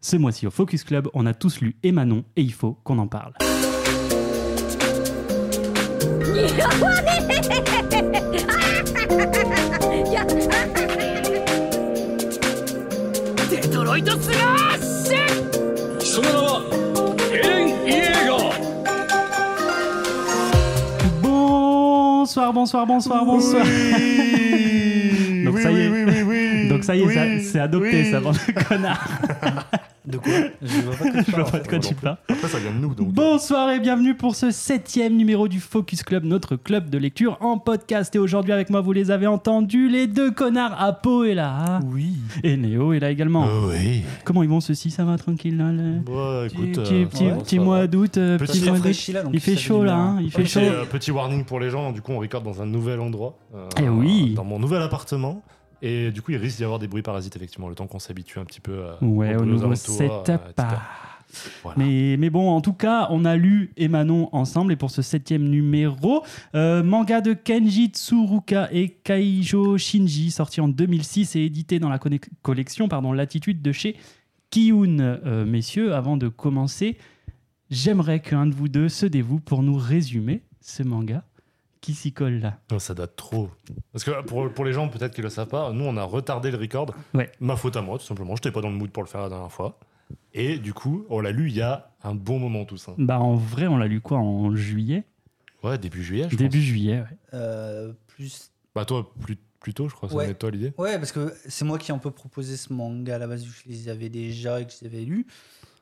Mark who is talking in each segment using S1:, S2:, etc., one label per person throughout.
S1: Ce mois-ci au Focus Club, on a tous lu Et Manon et il faut qu'on en parle. Bonsoir, bonsoir, bonsoir, bonsoir.
S2: Oui,
S1: Donc
S2: oui,
S1: ça y est.
S2: oui, oui, oui, oui.
S1: Donc ça y est,
S2: Oui,
S1: ça- c'est adopté,
S2: oui.
S1: ça bande de connard.
S3: De quoi Je vois pas de
S1: Je
S3: quoi tu
S1: vois
S3: parles.
S1: pas de quoi tu parles.
S2: Après, ça vient de nous, donc. euh,
S1: Bonsoir et bienvenue pour ce septième numéro du Focus Club, notre club de lecture en podcast. Et aujourd'hui avec moi, vous les avez entendus, les deux connards. Apo est là.
S3: Oui.
S1: Et Néo est là également.
S2: Euh, oui.
S1: Comment ils vont ceux-ci Ça va tranquille là, le-
S2: Bon,
S1: Petit,
S2: écoute,
S1: petit,
S2: euh,
S1: petit-
S3: ouais,
S1: petit
S3: ça
S1: mois
S3: va.
S1: d'août, euh,
S2: Petit
S1: petit mois d'août.
S3: rafraîchi, là, donc
S1: Il fait
S3: ça fait
S1: chaud
S3: du
S1: là,
S3: bien.
S1: hein, il fait
S2: petit,
S1: chaud.
S2: euh, petit warning pour les gens, du coup on record dans un nouvel endroit. euh,
S1: Eh oui.
S2: Dans mon nouvel appartement. Et du coup il risque d'y avoir des bruits parasites effectivement, le temps qu'on s'habitue un petit peu à,
S1: Ouais, au
S2: bruit aux
S1: nouveau
S2: alentours, euh,
S1: setup. ah.
S2: etc. Voilà.
S1: Mais, mais bon, en tout cas, on a lu et Manon ensemble et pour ce septième numéro, euh, manga de Kenji Tsuruka et Kaijo Shinji, sorti en 2006 et édité dans la conne- collection pardon, Latitude de chez Kiun. Euh, messieurs, avant de commencer, j'aimerais qu'un de vous deux se dévoue pour nous résumer ce manga qui s'y colle là.
S2: Non, ça date trop. Parce que pour, pour les gens peut-être qui le savent pas, nous on a retardé le record.
S1: Ouais.
S2: Ma faute à moi tout simplement, j'étais pas dans le mood pour le faire la dernière fois. Et du coup on l'a lu il y a un bon moment tout ça.
S1: Bah en vrai, on l'a lu quoi en juillet
S2: Ouais, début juillet je
S1: Début
S2: pense.
S1: juillet, ouais.
S3: Euh, plus.
S2: Bah toi plus, plus tôt je crois, ça
S3: Ouais.
S2: venait de toi l'idée.
S3: Ouais, parce que c'est moi qui ai un peu proposé ce manga à la base, vu que je les avais déjà et que je les avais lus.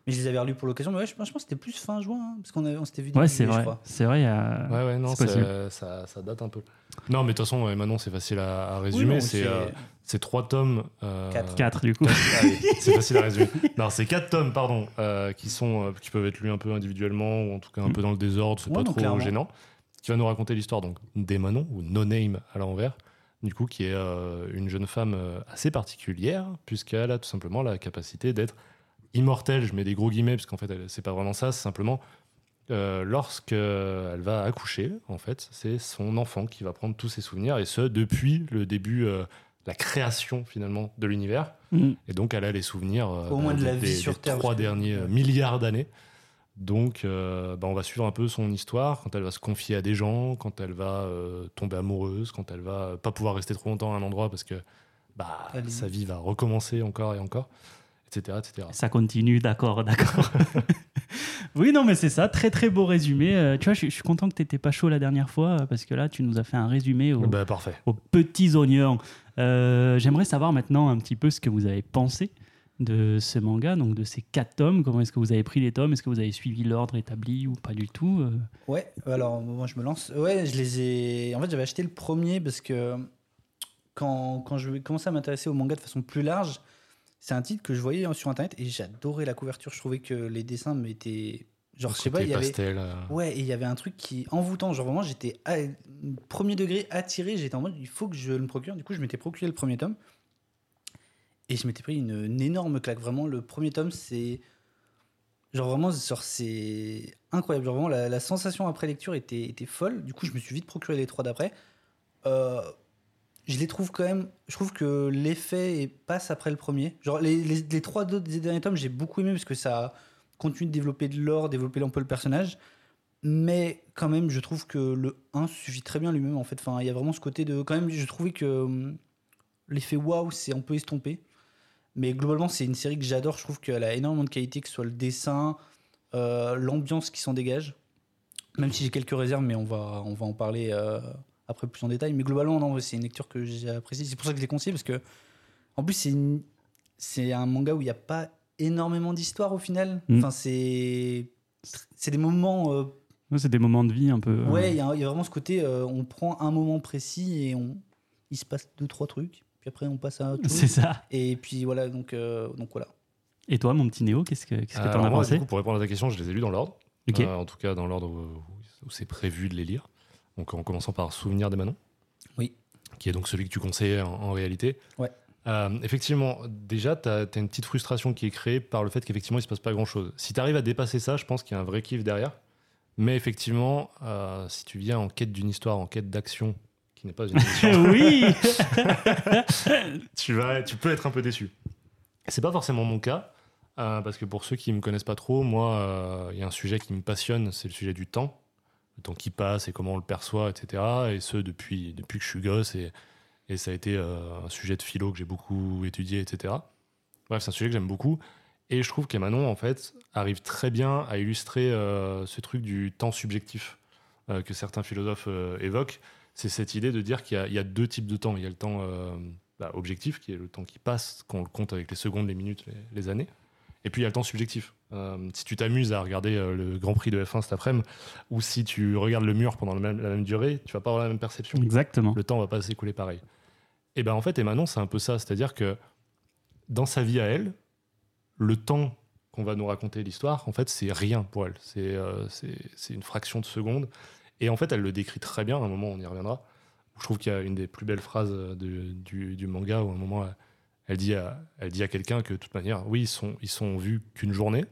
S3: Mais je les avais relus pour l'occasion. Mais ouais, je pense je pense que c'était plus fin juin, hein, parce qu'on avait- on s'était vu début
S1: Ouais, c'est
S3: juillet, je
S1: vrai.
S3: crois.
S1: C'est vrai, il y a-
S2: Ouais, ouais, non,
S1: c'est possible.
S2: ça, ça, ça date un peu. Non, mais de toute façon, ouais, Manon, c'est facile à, à
S3: Oui,
S2: résumer.
S3: non,
S2: c'est euh, c'est trois tomes. euh,
S3: Quatre.
S1: Quatre, du coup.
S2: Ah oui, c'est facile à résumer. Non, c'est quatre tomes, pardon, euh, qui, sont, euh, qui peuvent être lus un peu individuellement ou en tout cas un peu dans le désordre, c'est
S3: Mm. Ouais,
S2: pas
S3: non,
S2: trop
S3: clairement.
S2: gênant. Qui va nous raconter l'histoire donc des Manon ou No Name à l'envers, du coup, qui est euh, une jeune femme euh, assez particulière, puisqu'elle a tout simplement la capacité d'être immortelle. Je mets des gros guillemets, parce qu'en fait, elle- c'est pas vraiment ça, c'est simplement. euh, lorsque euh, elle va accoucher, en fait, c'est son enfant qui va prendre tous ses souvenirs, et ce depuis le début, euh, la création finalement de l'univers.
S1: Mm.
S2: Et donc, elle a les souvenirs euh,
S3: Au moins de la vie
S2: des,
S3: sur
S2: des
S3: Terre,
S2: trois
S3: parce que-
S2: derniers euh, milliards d'années. Donc, euh, bah, on va suivre un peu son histoire quand elle va se confier à des gens, quand elle va euh, tomber amoureuse, quand elle va euh, pas pouvoir rester trop longtemps à un endroit parce que bah,
S3: Elle est-
S2: sa vie va recommencer encore et encore, etc. etc.
S1: Ça continue, d'accord, d'accord. oui, non, mais c'est ça. Très, très beau résumé. Euh, tu vois, je, je suis content que tu pas chaud la dernière fois euh, parce que là, tu nous as fait un résumé au-
S2: Bah, parfait.
S1: aux petits oignons. Euh, J'aimerais savoir maintenant un petit peu ce que vous avez pensé de ce manga, donc de ces quatre tomes. Comment est-ce que vous avez pris les tomes Est-ce que vous avez suivi l'ordre établi ou pas du tout Euh,
S3: Ouais, alors moi je me lance. Ouais, je les ai. En fait, j'avais acheté le premier parce que quand, quand je commençais à m'intéresser au manga de façon plus large, c'est un titre que je voyais sur internet et j'adorais la couverture. Je trouvais que les dessins m'étaient. Genre, je sais pas,
S2: Côté
S3: il y avait.
S2: pastel, euh,
S3: Ouais, et il y avait un truc qui envoûtant. Genre, vraiment, j'étais à- premier degré attiré. J'étais en mode, il faut que je le procure. Du coup, je m'étais procuré le premier tome. Et je m'étais pris une, une énorme claque. Vraiment, le premier tome, c'est. Genre, vraiment, genre, c'est incroyable. Genre, vraiment, la, la sensation après lecture était, était folle. Du coup, je me suis vite procuré les trois d'après. Euh, je les trouve quand même. Je trouve que l'effet est- passe après le premier. Genre, les, les- les trois autres des derniers tomes, j'ai beaucoup aimé parce que ça continue de développer de l'or, développer un peu le personnage. Mais quand même, je trouve que le 1 suffit très bien lui-même en fait. Enfin, il y a vraiment ce côté de. Quand même, je trouvais que hum, l'effet waouh, c'est un peu estompé. Mais globalement, c'est une série que j'adore. Je trouve qu'elle a énormément de qualité, que ce soit le dessin, euh, l'ambiance qui s'en dégage. Même si j'ai quelques réserves, mais on va, on va en parler euh, après plus en détail. Mais globalement, non, c'est une lecture que j'ai appréciée. C'est pour ça que je l'ai conseillé parce que, en plus, c'est une- c'est un manga où il n'y a pas énormément d'histoire au final.
S1: Mm.
S3: Enfin, c'est. C'est des moments euh,
S1: C'est des moments de vie un peu. euh,
S3: Ouais, il y, a il y a vraiment ce côté, euh, on prend un moment précis et on, il se passe deux, trois trucs, puis après on passe à autre chose.
S1: c'est ça.
S3: Et puis voilà, donc, euh, donc voilà.
S1: Et toi, mon petit Néo, qu'est-ce que qu'est-ce que
S2: Euh, Ah, Alors
S1: t'en as
S2: moi,
S1: pensé
S2: du coup, pour répondre à ta question, je les ai lus dans l'ordre.
S1: Ok.
S2: Euh, en tout cas, dans l'ordre où, où c'est prévu de les lire. Donc, en commençant par Souvenir des Manon.
S3: Oui.
S2: Qui est donc celui que tu conseillais en, en réalité.
S3: Ouais.
S2: Euh, effectivement, déjà, tu as, une petite frustration qui est créée par le fait qu'effectivement, il se passe pas grand-chose. Si tu arrives à dépasser ça, je pense qu'il y a un vrai kiff derrière. Mais effectivement, euh, si tu viens en quête d'une histoire, en quête d'action, qui n'est pas une
S1: Eh
S2: mission,
S1: oui
S2: tu, vas, tu peux être un peu déçu. C'est pas forcément mon cas. Euh, parce que pour ceux qui ne me connaissent pas trop, moi, euh, il y a un sujet qui me passionne, c'est le sujet du temps. Le temps qui passe et comment on le perçoit, etc. Et ce, depuis, depuis que je suis gosse. Et, et ça a été euh, un sujet de philo que j'ai beaucoup étudié, etc. Bref, c'est un sujet que j'aime beaucoup. Et je trouve qu'Emanon, en fait, arrive très bien à illustrer euh, ce truc du temps subjectif euh, que certains philosophes euh, évoquent. C'est cette idée de dire qu'il y a- il y, a deux types de temps. Il y a le temps euh, bah, objectif, qui est le temps qui passe, qu'on le compte avec les secondes, les minutes, les, les années. Et puis il y a le temps subjectif. Euh, si tu t'amuses à regarder euh, le Grand Prix de F1 cet après-midi, ou si tu regardes le mur pendant le même- la même durée, tu vas pas avoir la même perception
S1: Exactement.
S2: le temps va pas s'écouler pareil. Et ben en fait, Emmanon, c'est un peu ça, c'est-à-dire que dans sa vie à elle, le temps qu'on va nous raconter l'histoire, en fait, c'est rien pour elle. C'est euh, c'est c'est une fraction de seconde. Et en fait, elle le décrit très bien. À un moment, on y reviendra. Je trouve qu'il y a une des plus belles phrases euh, de- du, du manga où à un moment, elle- elle dit à, elle dit à quelqu'un que de toute manière, oui, ils sont, ils sont vus qu'une journée.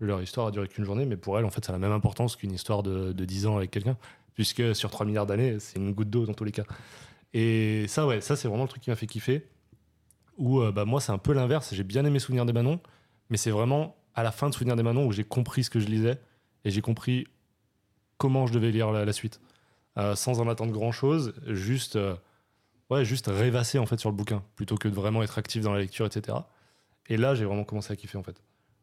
S2: Leur histoire a duré qu'une journée, mais pour elle, en fait, ça a la même importance qu'une histoire de, de 10 ans avec quelqu'un, puisque sur 3 milliards d'années, c'est une goutte d'eau dans tous les cas. Et ça, ouais, ça, c'est vraiment le truc qui m'a fait kiffer. Où euh, bah, moi, c'est un peu l'inverse. J'ai bien aimé Souvenir des Manons, mais c'est vraiment à la fin de Souvenir des Manons où j'ai compris ce que je lisais et j'ai compris comment je devais lire la, la suite. Euh, sans en attendre grand chose, juste, euh, ouais, juste rêvasser en fait sur le bouquin plutôt que de vraiment être actif dans la lecture, etc. Et là, j'ai vraiment commencé à kiffer en fait.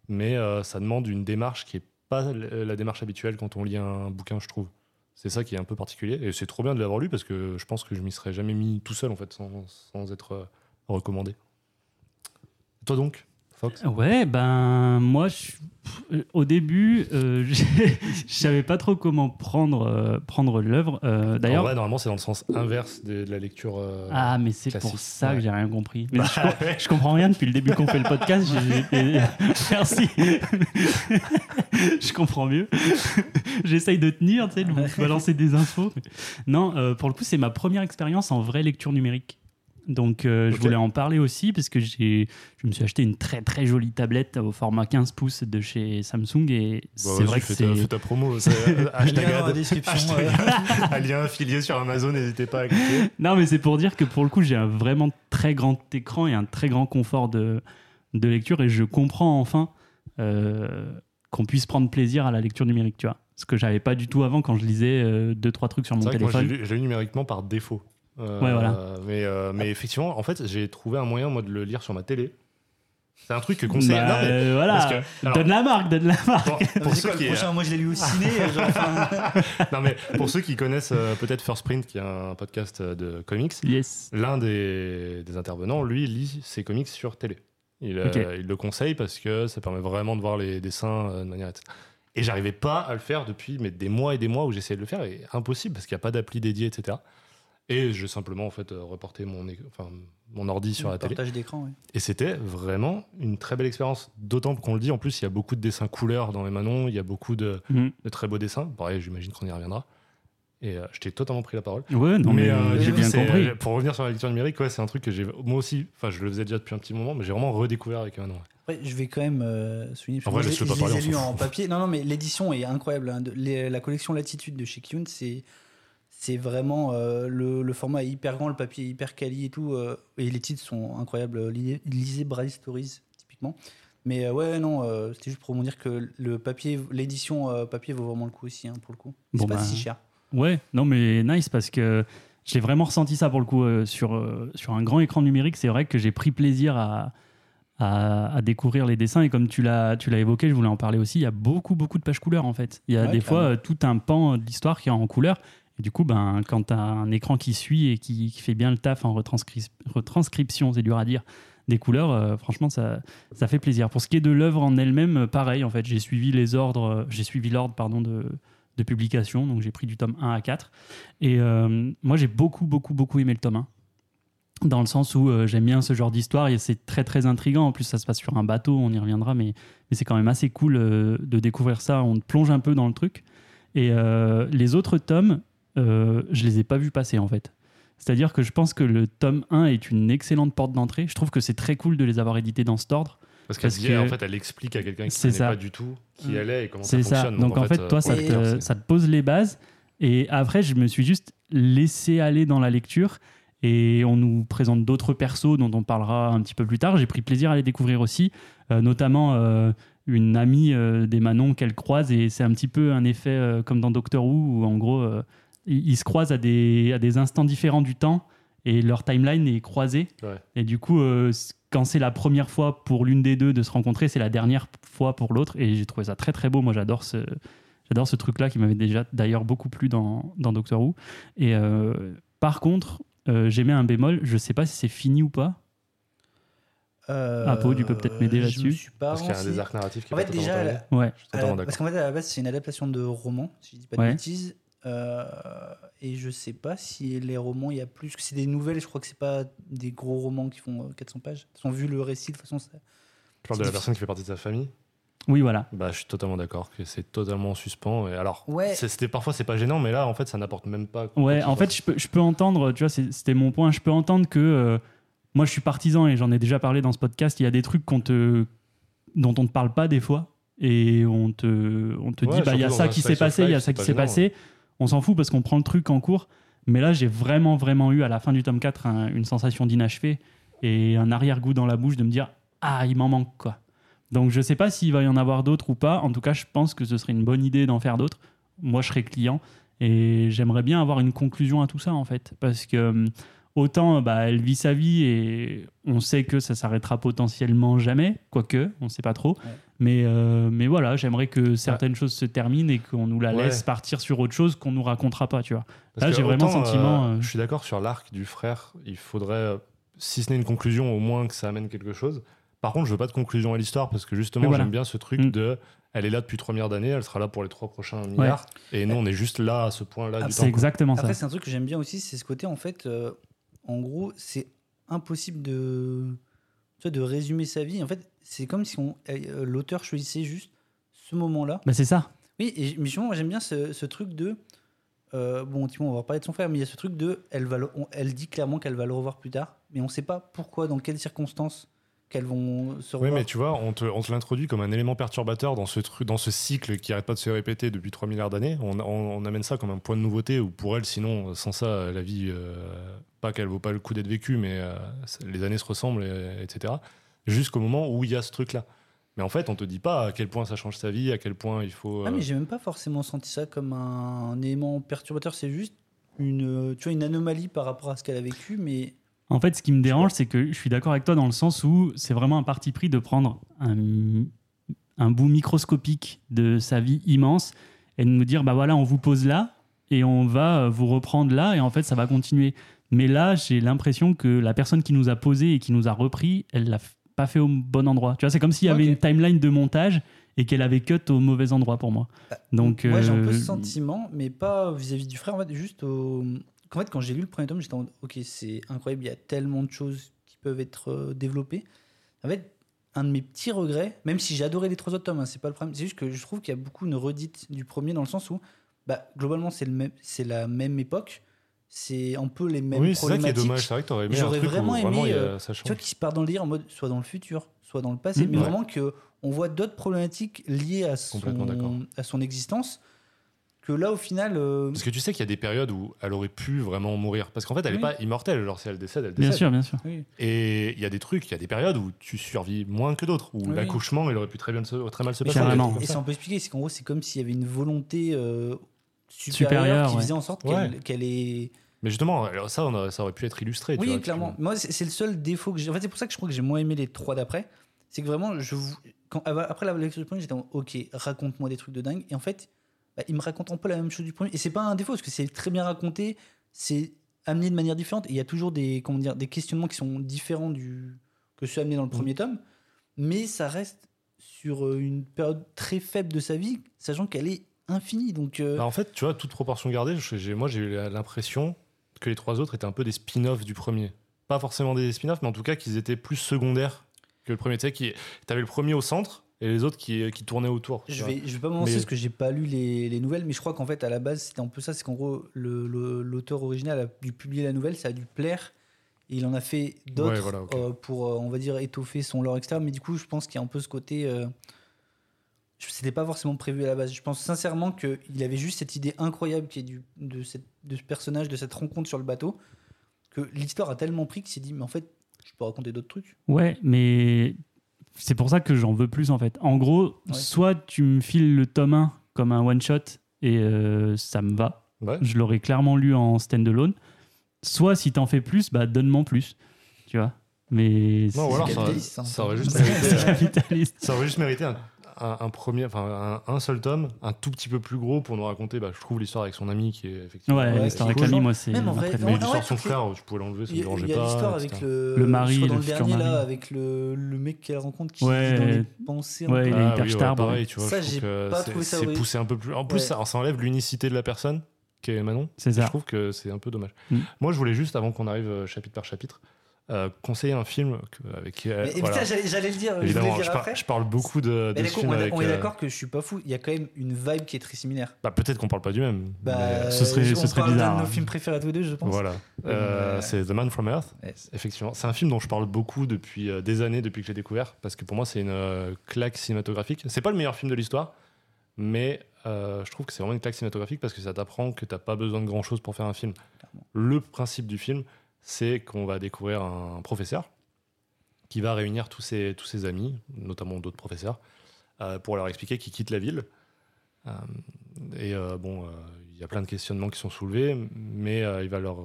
S2: Mais euh, ça demande une démarche qui est pas l- la démarche habituelle quand on lit un bouquin, je trouve. C'est ça qui est un peu particulier. Et c'est trop bien de l'avoir lu parce que je pense que je m'y serais jamais mis tout seul en fait, sans, sans être euh, recommandé. Toi donc, Fox
S1: Ouais, ben moi, je- pff, euh, au début, euh, j'ai- je savais pas trop comment prendre, euh, prendre l'œuvre. Euh,
S2: En
S1: D'ailleurs,
S2: vrai, normalement, c'est dans le sens inverse de, de la lecture. euh,
S1: ah, mais c'est
S2: classique,
S1: pour ça que
S2: ouais.
S1: j'ai rien compris. Mais je, com- je comprends rien depuis le début qu'on fait le podcast. j'ai- j'ai- Merci. je comprends mieux. J'essaye de tenir, tu sais, de vous balancer des infos. Non, euh, pour le coup, c'est ma première expérience en vraie lecture numérique. Donc, euh, je
S2: Ok.
S1: voulais en parler aussi parce que j'ai, je me suis acheté une très très jolie tablette au format 15 pouces de chez Samsung et
S2: bah,
S1: c'est
S2: vas-y,
S1: vrai que
S2: fais
S1: c'est.
S2: ta, fais ta promo. c'est- euh, hashtag
S3: Lien dans la
S2: ad.
S3: description.
S2: Hashtag
S3: euh,
S2: ad. Un lien affilié sur Amazon, n'hésitez pas à cliquer.
S1: Non, mais c'est pour dire que pour le coup, j'ai un vraiment très grand écran et un très grand confort de, de lecture et je comprends enfin euh, qu'on puisse prendre plaisir à la lecture numérique, tu vois. Ce que j'avais pas du tout avant quand je lisais euh, deux trois trucs sur mon
S2: C'est vrai que moi, j'ai
S1: téléphone.
S2: lu, j'ai lu numériquement par défaut. Euh,
S1: Ouais, voilà. Ah.
S2: Mais, euh, mais effectivement, en fait, j'ai trouvé un moyen, moi, de le lire sur ma télé. C'est un truc que conseille.
S1: Bah,
S2: Non, mais-
S1: euh, voilà.
S2: parce que- alors,
S1: donne la marque, donne la marque.
S2: pour-
S3: c'est
S2: pour ceux
S3: quoi, le
S2: qui- euh,
S3: prochain, moi je l'ai lu au ciné. euh, genre, enfin,
S2: Non, mais pour ceux qui connaissent euh, peut-être First Print, qui est un podcast euh, de comics,
S1: Yes.
S2: l'un des, des intervenants, lui, lit ses comics sur télé. Il, euh,
S1: Ok.
S2: il le conseille parce que ça permet vraiment de voir les dessins euh, de manière. etc. Et j'arrivais pas à le faire depuis mais des mois et des mois où j'essayais de le faire, et impossible parce qu'il n'y a pas d'appli dédiée, etc. Et j'ai simplement en fait euh, reporté mon, é- enfin, mon ordi sur la télé.
S3: Partage d'écran, ouais.
S2: Et c'était vraiment une très belle expérience. D'autant qu'on le dit, en plus, il y a beaucoup de dessins couleurs dans les Manons, il y a beaucoup de,
S1: Mhm.
S2: de très beaux dessins. Pareil, j'imagine qu'on y reviendra. Et euh, je t'ai totalement pris la parole.
S1: Ouais, non, mais,
S2: euh,
S1: euh, j'ai
S2: oui,
S1: bien
S2: c'est-
S1: compris.
S2: euh, Pour revenir sur la lecture numérique, ouais, c'est un truc que j'ai moi aussi, enfin je le faisais déjà depuis un petit moment, mais j'ai vraiment redécouvert avec Manon.
S3: Après, je vais quand même euh, souligner. parce
S2: En
S3: que moi,
S2: vrai, laisse-le
S3: je-
S2: pas
S3: je
S2: parler,
S3: les ai
S2: on
S3: lus
S2: s'en
S3: en
S2: fout.
S3: papier. Non, non, mais l'édition est incroyable. hein. De- les- la collection Latitude de chez Kyun, c'est c'est vraiment euh, le, le format est hyper grand, le papier est hyper quali et tout. euh, et les titres sont incroyables. Li- Lisez Braille Stories typiquement. Mais euh, ouais, non, euh, c'était juste pour vous dire que le papier, l'édition euh, papier vaut vraiment le coup aussi hein, pour le coup. C'est
S1: Bon,
S3: pas
S1: bah,
S3: si cher.
S1: Ouais, non mais nice parce que j'ai vraiment ressenti ça pour le coup euh, sur, euh, sur un grand écran numérique. C'est vrai que j'ai pris plaisir à, à, à découvrir les dessins et comme tu l'as tu l'as évoqué, je voulais en parler aussi. Il y a beaucoup beaucoup de pages couleurs en fait. Il y a
S3: Ouais,
S1: des fois
S3: clairement.
S1: euh, tout un pan euh, de l'histoire qui est en couleur. Et du coup, ben, quand tu as un écran qui suit et qui, qui fait bien le taf en retranscri- retranscription, c'est dur à dire, des couleurs, euh, franchement, ça, ça fait plaisir. Pour ce qui est de l'œuvre en elle-même, euh, pareil, en fait, j'ai suivi les ordres, euh, j'ai suivi l'ordre, pardon, de, de publication, donc j'ai pris du tome 1 à 4. Et euh, moi, j'ai beaucoup, beaucoup, beaucoup aimé le tome 1. Dans le sens où euh, j'aime bien ce genre d'histoire et c'est très très intriguant. En plus, ça se passe sur un bateau, on y reviendra, mais, mais c'est quand même assez cool euh, de découvrir ça. On te plonge un peu dans le truc. Et euh, les autres tomes, euh, je les ai pas vus passer en fait. C'est-à-dire que je pense que le tome 1 est une excellente porte d'entrée. Je trouve que c'est très cool de les avoir édités dans cet ordre.
S2: Parce qu'elle
S1: Parce
S2: dit,
S1: que-
S2: en fait, elle explique à quelqu'un qui
S1: C'est
S2: ne
S1: ça.
S2: connaît pas du tout qui
S3: Mm.
S2: elle est et comment ça
S1: C'est ça.
S2: fonctionne.
S1: Donc en fait,
S2: euh,
S1: toi, ça
S2: pour le lecteur,
S1: te,
S2: c'est-
S1: ça te pose les bases. Et après, je me suis juste laissé aller dans la lecture. Et on nous présente d'autres persos dont on parlera un petit peu plus tard. J'ai pris plaisir à les découvrir aussi, euh, notamment euh, une amie euh, des Manon qu'elle croise. Et c'est un petit peu un effet euh, comme dans Doctor Who, où en gros, euh, ils ils se croisent à des, à des instants différents du temps et leur timeline est croisée.
S2: Ouais.
S1: Et du coup, euh, c- quand c'est la première fois pour l'une des deux de se rencontrer, c'est la dernière fois pour l'autre. Et j'ai trouvé ça très très beau. Moi, j'adore ce, j'adore ce truc-là qui m'avait déjà d'ailleurs beaucoup plu dans, dans Doctor Who. Et euh, par contre, euh, j'ai mis un bémol. Je sais pas si c'est fini ou pas.
S3: Euh,
S1: Ah, Pau, tu peux peut-être m'aider
S3: Je me
S1: là-dessus.
S3: suis pas
S2: Parce qu'il y a un
S3: renseigné.
S2: des arcs narratifs qui
S3: En
S2: est
S3: fait,
S2: pas totalement
S3: déjà,
S2: terminé.
S3: la-
S1: Ouais.
S2: Je suis
S3: à la-
S2: totalement
S3: Euh, parce
S2: d'accord.
S3: qu'en fait, à la base, c'est une adaptation de roman, si je dis pas de
S1: Ouais.
S3: bêtises. Euh, et je sais pas si les romans, il y a plus. parce que C'est des nouvelles, je crois que c'est pas des gros romans qui font euh, 400 pages. De toute façon, vu le récit, de toute façon, ça.
S2: Tu parles de la personne qui fait partie de sa famille
S1: Oui, voilà.
S2: Bah, je suis totalement d'accord que c'est totalement en suspens. Et alors,
S3: Ouais.
S2: c'est- c'était parfois c'est pas gênant, mais là en fait ça n'apporte même pas. quoi
S1: Ouais,
S2: que ce
S1: en
S2: soit.
S1: fait, je peux, je peux entendre, tu vois, c'est- c'était mon point, je peux entendre que euh, moi je suis partisan et j'en ai déjà parlé dans ce podcast, il y a des trucs qu'on te, dont on ne parle pas des fois et on te, on te
S2: Ouais,
S1: dit, bah il y a
S2: surtout
S1: ça
S2: dans
S1: qui
S2: un
S1: s'est passé, il y a
S2: slice of
S1: ça
S2: life,
S1: qui
S2: c'est
S1: s'est
S2: pas
S1: passé, on s'en fout parce qu'on prend le truc en cours, mais là j'ai vraiment, vraiment eu à la fin du tome 4 un- une sensation d'inachevé et un arrière-goût dans la bouche de me dire, ah il m'en manque quoi. Donc je sais pas s'il va y en avoir d'autres ou pas, en tout cas je pense que ce serait une bonne idée d'en faire d'autres, moi je serais client. Et j'aimerais bien avoir une conclusion à tout ça, en fait. Parce que hum, autant bah, elle vit sa vie et on sait que ça s'arrêtera potentiellement jamais, quoique, on ne sait pas trop.
S3: Ouais.
S1: Mais, euh, mais voilà, j'aimerais que certaines choses se terminent et qu'on nous la
S2: Bah Ouais.
S1: laisse partir sur autre chose qu'on nous racontera pas, tu vois.
S2: Parce
S1: Là,
S2: que
S1: j'ai vraiment
S2: autant,
S1: le sentiment,
S2: euh,
S1: euh,
S2: Je suis d'accord sur l'arc du frère. Il faudrait, euh, si ce n'est une conclusion, au moins que ça amène quelque chose. Par contre, je veux pas de conclusion à l'histoire parce que justement,
S1: Mais voilà.
S2: j'aime bien ce truc
S1: Mm.
S2: de. Elle est là depuis trois milliards d'années, elle sera là pour les trois prochains milliards. Et nous, on est juste là à ce point-là
S3: Ah,
S2: du
S1: C'est
S2: temps. quoi.
S1: exactement ça.
S3: Après, c'est un truc que j'aime bien aussi, c'est ce côté, en fait, euh, en gros, c'est impossible de, tu vois, de résumer sa vie. En fait, c'est comme si on, euh, l'auteur choisissait juste ce moment-là.
S1: Bah, c'est ça.
S3: Oui, et j- mais justement, moi, j'aime bien ce, ce truc de. euh, bon, Timon, on va parler de son frère, mais il y a ce truc de. Elle, va le- on- elle dit clairement qu'elle va le revoir plus tard, mais on ne sait pas pourquoi, dans quelles circonstances qu'elles vont se
S2: Oui,
S3: revoir.
S2: mais tu vois, on te, on te l'introduit comme un élément perturbateur dans ce, truc, dans ce cycle qui arrête pas de se répéter depuis 3 milliards d'années. On, on- on amène ça comme un point de nouveauté, ou pour elle, sinon, sans ça, la vie, euh, pas qu'elle vaut pas le coup d'être vécue, mais euh, c'est- les années se ressemblent, et- etc. Jusqu'au moment où il y a ce truc-là. Mais en fait, on te dit pas à quel point ça change sa vie, à quel point il faut.
S3: Ah, mais
S2: euh,
S3: j'ai même pas forcément senti ça comme un, élément perturbateur, c'est juste une, euh, tu vois, une anomalie par rapport à ce qu'elle a vécu, mais.
S1: En fait, ce qui me dérange, c'est que je suis d'accord avec toi dans le sens où c'est vraiment un parti pris de prendre un, un bout microscopique de sa vie immense et de nous dire bah voilà, on vous pose là et on va euh, vous reprendre là et en fait, ça va continuer. Mais là, j'ai l'impression que la personne qui nous a posé et qui nous a repris, elle l'a f- pas fait au bon endroit. Tu vois, c'est comme s'il y avait
S3: Ok.
S1: une timeline de montage et qu'elle avait cut au mauvais endroit pour moi.
S3: Bah,
S1: Donc
S3: Moi, j'ai un
S1: euh,
S3: peu ce sentiment, mais pas vis-à-vis du frère, en fait, juste au. En fait, quand j'ai lu le premier tome, j'étais en mode, ok, c'est incroyable, il y a tellement de choses qui peuvent être euh, développées. En fait, un de mes petits regrets, même si j'ai adoré les trois autres tomes, hein, c'est pas le problème, c'est juste que je trouve qu'il y a beaucoup une redite du premier dans le sens où, bah, globalement, c'est le même, c'est la même époque, c'est un peu les mêmes
S2: euh, oui, c'est ça qui est
S3: problématiques.
S2: dommage. C'est vrai que t'aurais aimé un
S3: J'aurais
S2: truc où
S3: vraiment aimé,
S2: il y a-
S3: euh,
S2: ça change.
S3: Tu vois, qui se part dans le délire en mode soit dans le futur, soit dans le passé,
S1: Mhm.
S3: mais
S2: Hmm. Ouais.
S3: vraiment que on voit d'autres problématiques liées à son,
S2: Complètement d'accord.
S3: à son existence. Que là, au final, euh,
S2: Parce que tu sais qu'il y a des périodes où elle aurait pu vraiment mourir. Parce qu'en fait, elle
S3: Oui.
S2: est pas immortelle. Genre, si elle décède, elle décède.
S1: bien sûr, bien sûr.
S3: oui.
S2: Et il y a des trucs, il y a des périodes où tu survis moins que d'autres, où
S3: Oui.
S2: l'accouchement, il aurait pu très, bien se- très mal se
S3: Mais
S2: passer.
S3: ça,
S1: Carrément.
S2: des trucs
S3: Et c'est
S2: comme
S3: un peu expliqué, c'est qu'en gros, c'est comme s'il y avait une volonté euh, supérieure,
S1: Supérieure,
S3: qui
S1: ouais.
S3: faisait en sorte
S2: Ouais.
S3: qu'elle qu'elle est.
S2: ça. Mais justement, alors ça, on a- ça aurait pu être illustré. tu
S3: Oui,
S2: vois, tu-
S3: clairement. Moi, c'est c'est le seul défaut que j'ai. En fait, c'est pour ça que je crois que j'ai moins aimé les trois d'après. C'est que vraiment, je vou- quand, av- après la lecture du premier, j'étais en ok, raconte-moi des trucs de dingue. Et en fait, bah, il me raconte un peu la même chose du premier. Et c'est pas un défaut parce que c'est très bien raconté, c'est amené de manière différente. Et il y a toujours des comment dire des questionnements qui sont différents du que ceux
S2: Mm.
S3: amenés dans le premier tome, mais ça reste sur euh, une période très faible de sa vie, sachant qu'elle est infinie. Donc euh,
S2: Bah, en fait, tu vois, toute proportion gardée, je- j'ai- moi, j'ai eu la- l'impression que les trois autres étaient un peu des spin-offs du premier. Pas forcément des spin-offs, mais en tout cas, qu'ils étaient plus secondaires que le premier. Tu sais, qui- t'avais le premier au centre et les autres qui, qui tournaient autour. tu
S3: Je
S2: vois.
S3: vais, je vais pas m'avancer
S2: Mais-
S3: parce que j'ai pas lu les, les nouvelles, mais je crois qu'en fait, à la base, c'était un peu ça. C'est qu'en gros, le- le- l'auteur original a dû publier la nouvelle, ça a dû plaire. Et il en a fait d'autres
S2: Ouais, voilà, ok.
S3: euh, pour, euh, on va dire, étoffer son lore, etc. Mais du coup, je pense qu'il y a un peu ce côté. euh, je- c'était pas forcément prévu à la base. Je pense sincèrement qu'il avait juste cette idée incroyable qui est du, de, cette- de ce personnage, de cette rencontre sur le bateau. que l'histoire a tellement pris qu'il s'est dit, mais en fait, je peux raconter d'autres trucs.
S1: Ouais, mais c'est pour ça que j'en veux plus en fait. En gros,
S3: Ouais.
S1: soit tu me files le tome 1 comme un one shot et euh, ça me va.
S2: Ouais.
S1: Je l'aurais clairement lu en standalone. Soit si t'en fais plus, bah donne-moi plus. Tu vois Mais
S2: Non, ou alors
S1: c'est-
S2: ça, aurait-
S3: capitaliste, hein.
S2: ça aurait juste
S1: c'est
S2: mérité, euh,
S1: capitaliste.
S2: ça aurait juste mérité un, un- un premier, enfin un, un seul tome, un tout petit peu plus gros pour nous raconter, bah, je trouve, l'histoire avec son ami qui est effectivement.
S1: Ouais,
S3: Ouais,
S1: l'histoire
S3: c'est
S1: avec
S3: cool.
S1: l'ami, moi, c'est.
S3: Même en
S1: ma
S3: vrai,
S1: préférée.
S2: Mais
S3: Ouais,
S2: l'histoire
S3: ouais,
S2: de son
S3: parce que-
S2: frère, je pouvais l'enlever, ça
S3: Il y
S2: me
S3: a,
S2: dérangeait
S3: il y a
S2: pas.
S3: l'histoire
S2: etc.
S3: avec le,
S1: Le mari,
S3: je crois dans
S1: le
S3: le,
S1: futur
S3: dernier là,
S1: mari.
S3: avec le, le mec qu'elle rencontre qui
S1: Ouais.
S3: vit dans les pensées. un
S1: Ouais,
S3: peu.
S1: il est hyper
S2: Ah ouais,
S1: star,
S2: pareil,
S1: ouais.
S2: tu vois,
S3: Ça,
S2: je trouve
S3: j'ai
S2: que
S3: pas
S2: c'est-
S3: trouvé ça
S2: c'est
S3: horrible.
S2: poussé un peu plus. En plus,
S3: Ouais.
S2: ça, ça enlève l'unicité de la personne qu'est Manon.
S1: C'est
S2: Je
S1: ça.
S2: trouve que c'est un peu dommage.
S1: Mm.
S2: Moi, je voulais juste, avant qu'on arrive euh, chapitre par chapitre, euh, conseiller un film que- avec. euh,
S3: Mais- et
S2: voilà.
S3: putain, j'allais, j'allais le dire, je voulais
S2: Évidemment,
S3: le
S2: je,
S3: dire
S2: par-
S3: après.
S2: je parle beaucoup de,
S3: Mais
S2: de ce
S3: d'accord,
S2: film
S3: on, est-
S2: avec.
S3: on est
S2: euh,
S3: d'accord que je suis pas fou. Il y a quand même une vibe qui est très similaire.
S2: bah, Peut-être qu'on parle pas du même. mais, euh,
S3: Bah,
S1: ce serait-
S3: je-
S1: ce
S3: on
S1: serait
S3: parle d'un
S1: bizarre,
S3: de
S1: hein.
S3: nos films préférés à tous les deux, je pense.
S2: Voilà. Euh,
S3: Ouais.
S2: C'est The Man from Earth.
S3: Ouais.
S2: Effectivement, c'est un film dont je parle beaucoup depuis euh, des années, depuis que j'ai découvert, parce que pour moi, c'est une euh, claque cinématographique. C'est pas le meilleur film de l'histoire, mais euh, je trouve que c'est vraiment une claque cinématographique parce que ça t'apprend que t'as pas besoin de grand chose pour faire un film.
S3: Clairement.
S2: Le principe du film, c'est qu'on va découvrir un professeur qui va réunir tous ses, tous ses amis, notamment d'autres professeurs, euh, pour leur expliquer qu'il quitte la ville. Euh, et euh, bon, euh, il y a plein de questionnements qui sont soulevés, mais euh, il va leur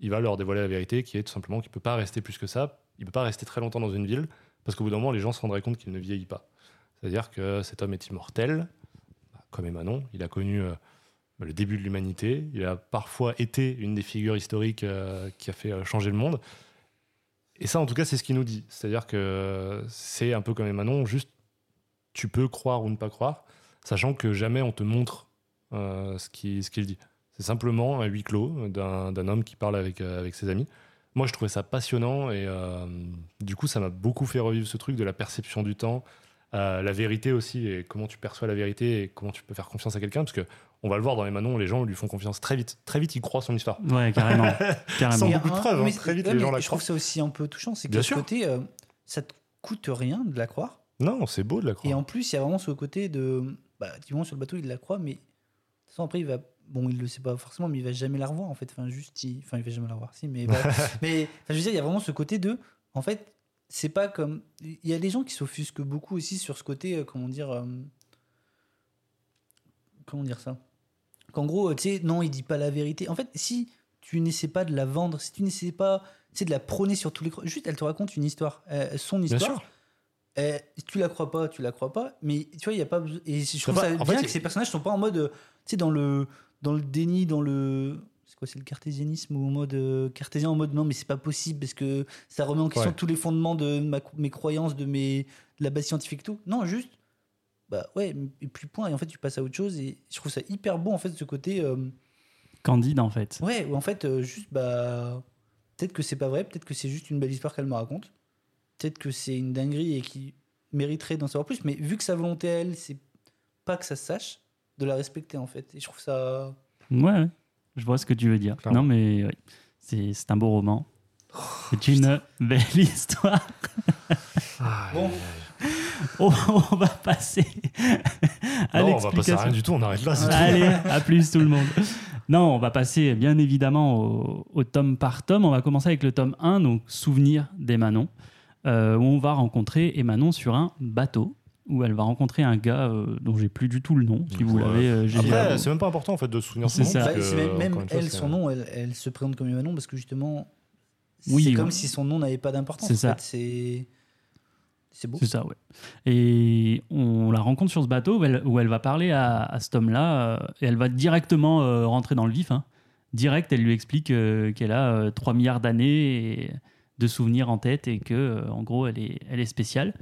S2: il va leur dévoiler la vérité qui est tout simplement qu'il ne peut pas rester plus que ça. Il ne peut pas rester très longtemps dans une ville parce qu'au bout d'un moment, les gens se rendraient compte qu'il ne vieillit pas. C'est-à-dire que cet homme est immortel, bah, comme Emmanon. Il a connu euh, le début de l'humanité. Il a parfois été une des figures historiques euh, qui a fait euh, changer le monde. Et ça, en tout cas, c'est ce qu'il nous dit. C'est-à-dire que c'est un peu comme Emmanon, juste tu peux croire ou ne pas croire, sachant que jamais on te montre euh, ce qu'il ce qu'il dit. C'est simplement un huis clos d'un d'un homme qui parle avec, euh, avec ses amis. Moi, je trouvais ça passionnant et euh, du coup, ça m'a beaucoup fait revivre ce truc de la perception du temps, euh, la vérité aussi, et comment tu perçois la vérité et comment tu peux faire confiance à quelqu'un. Parce que on va le voir dans les manons, les gens lui font confiance très vite. Très vite, ils croient son histoire.
S1: Ouais, carrément.
S2: Sans
S1: carrément.
S3: Il y a
S2: beaucoup
S3: un-
S2: de preuves, hein.
S3: Ah, mais-
S2: Très vite,
S3: ouais,
S2: les
S3: mais
S2: gens la
S3: Je trouve
S2: croient.
S3: ça aussi un peu touchant. C'est que
S2: Bien
S3: ce
S2: sûr.
S3: côté, euh, ça te coûte rien de la croire.
S2: Non, c'est beau de la croire.
S3: Et en plus, il y a vraiment ce côté de. Bah, du moment sur le bateau, il la croit, mais. De toute façon, après, il va. Bon, il le sait pas forcément, mais il va jamais la revoir, en fait. Enfin, juste. il- Enfin, il va jamais la revoir, si, mais. bref. mais enfin, je veux dire, il y a vraiment ce côté de. En fait, c'est pas comme. Il y a des gens qui s'offusquent beaucoup aussi sur ce côté, euh, comment dire. euh, Comment dire ça Qu'en gros, euh, tu sais, non, il dit pas la vérité. En fait, si tu n'essaies pas de la vendre, si tu n'essaies pas. Tu sais, de la prôner sur tous les. cro- Juste, elle te raconte une histoire. euh, son
S2: Bien
S3: histoire.
S2: sûr.
S3: Eh, tu la crois pas, tu la crois pas, mais tu vois, il y a pas besoin. Et je trouve
S2: pas-
S3: ça
S2: en
S3: bien
S2: fait,
S3: que
S2: il-
S3: ces personnages sont pas en mode, euh, tu sais, dans le, dans le déni, dans le. C'est quoi, c'est le cartésianisme ou en mode euh, cartésien en mode non, mais c'est pas possible parce que ça remet en question
S2: Ouais.
S3: tous les fondements de ma- mes croyances, de, mes, de la base scientifique, tout. Non, juste, bah ouais, et puis point. Et en fait, tu passes à autre chose et je trouve ça hyper beau en fait, ce côté. euh,
S1: Candide, en fait.
S3: ouais, où en fait, euh, juste, bah. Peut-être que c'est pas vrai, peut-être que c'est juste une belle histoire qu'elle me raconte. Peut-être que c'est une dinguerie et qui mériterait d'en savoir plus, mais vu que sa volonté à elle, c'est pas que ça se sache, de la respecter en fait. Et je trouve ça.
S1: Ouais, ouais. je vois ce que tu veux dire.
S2: Clairement. Oh,
S1: Non, mais ouais. c'est c'est un beau roman. C'est une belle histoire.
S2: Ah,
S3: Bon.
S1: On, on va passer à
S2: Non, on va passer à
S1: l'explication.
S2: rien du tout, on arrête là. c'est tout.
S1: Allez, à plus tout le monde. Non, on va passer bien évidemment au, au tome par tome. On va commencer avec le tome 1, donc Souvenir d'Emanon, euh, où on va rencontrer Emanon sur un bateau, où elle va rencontrer un gars euh, dont j'ai plus du tout le nom. Si
S2: Donc,
S1: vous
S2: euh,
S1: l'avez, euh, j'ai-
S2: Après, c'est même pas important en fait de se souvenir de son
S1: C'est
S2: nom,
S1: ça.
S2: parce
S3: Bah,
S2: que,
S3: c'est même
S2: encore
S3: même
S2: une fois,
S3: elle,
S2: c'est-
S3: son nom, elle, elle se présente comme Manon parce que justement,
S1: Oui,
S3: c'est
S1: ouais.
S3: comme si son nom n'avait pas d'importance.
S1: C'est
S3: en
S1: ça.
S3: fait. C'est c'est beau.
S1: C'est ça, ouais. Et on la rencontre sur ce bateau où elle, où elle va parler à, à cet homme-là euh, et elle va directement euh, rentrer dans le vif. hein. Direct, elle lui explique euh, qu'elle a euh, 3 milliards d'années et- de souvenirs en tête et que, euh, en gros, elle est, elle est spéciale.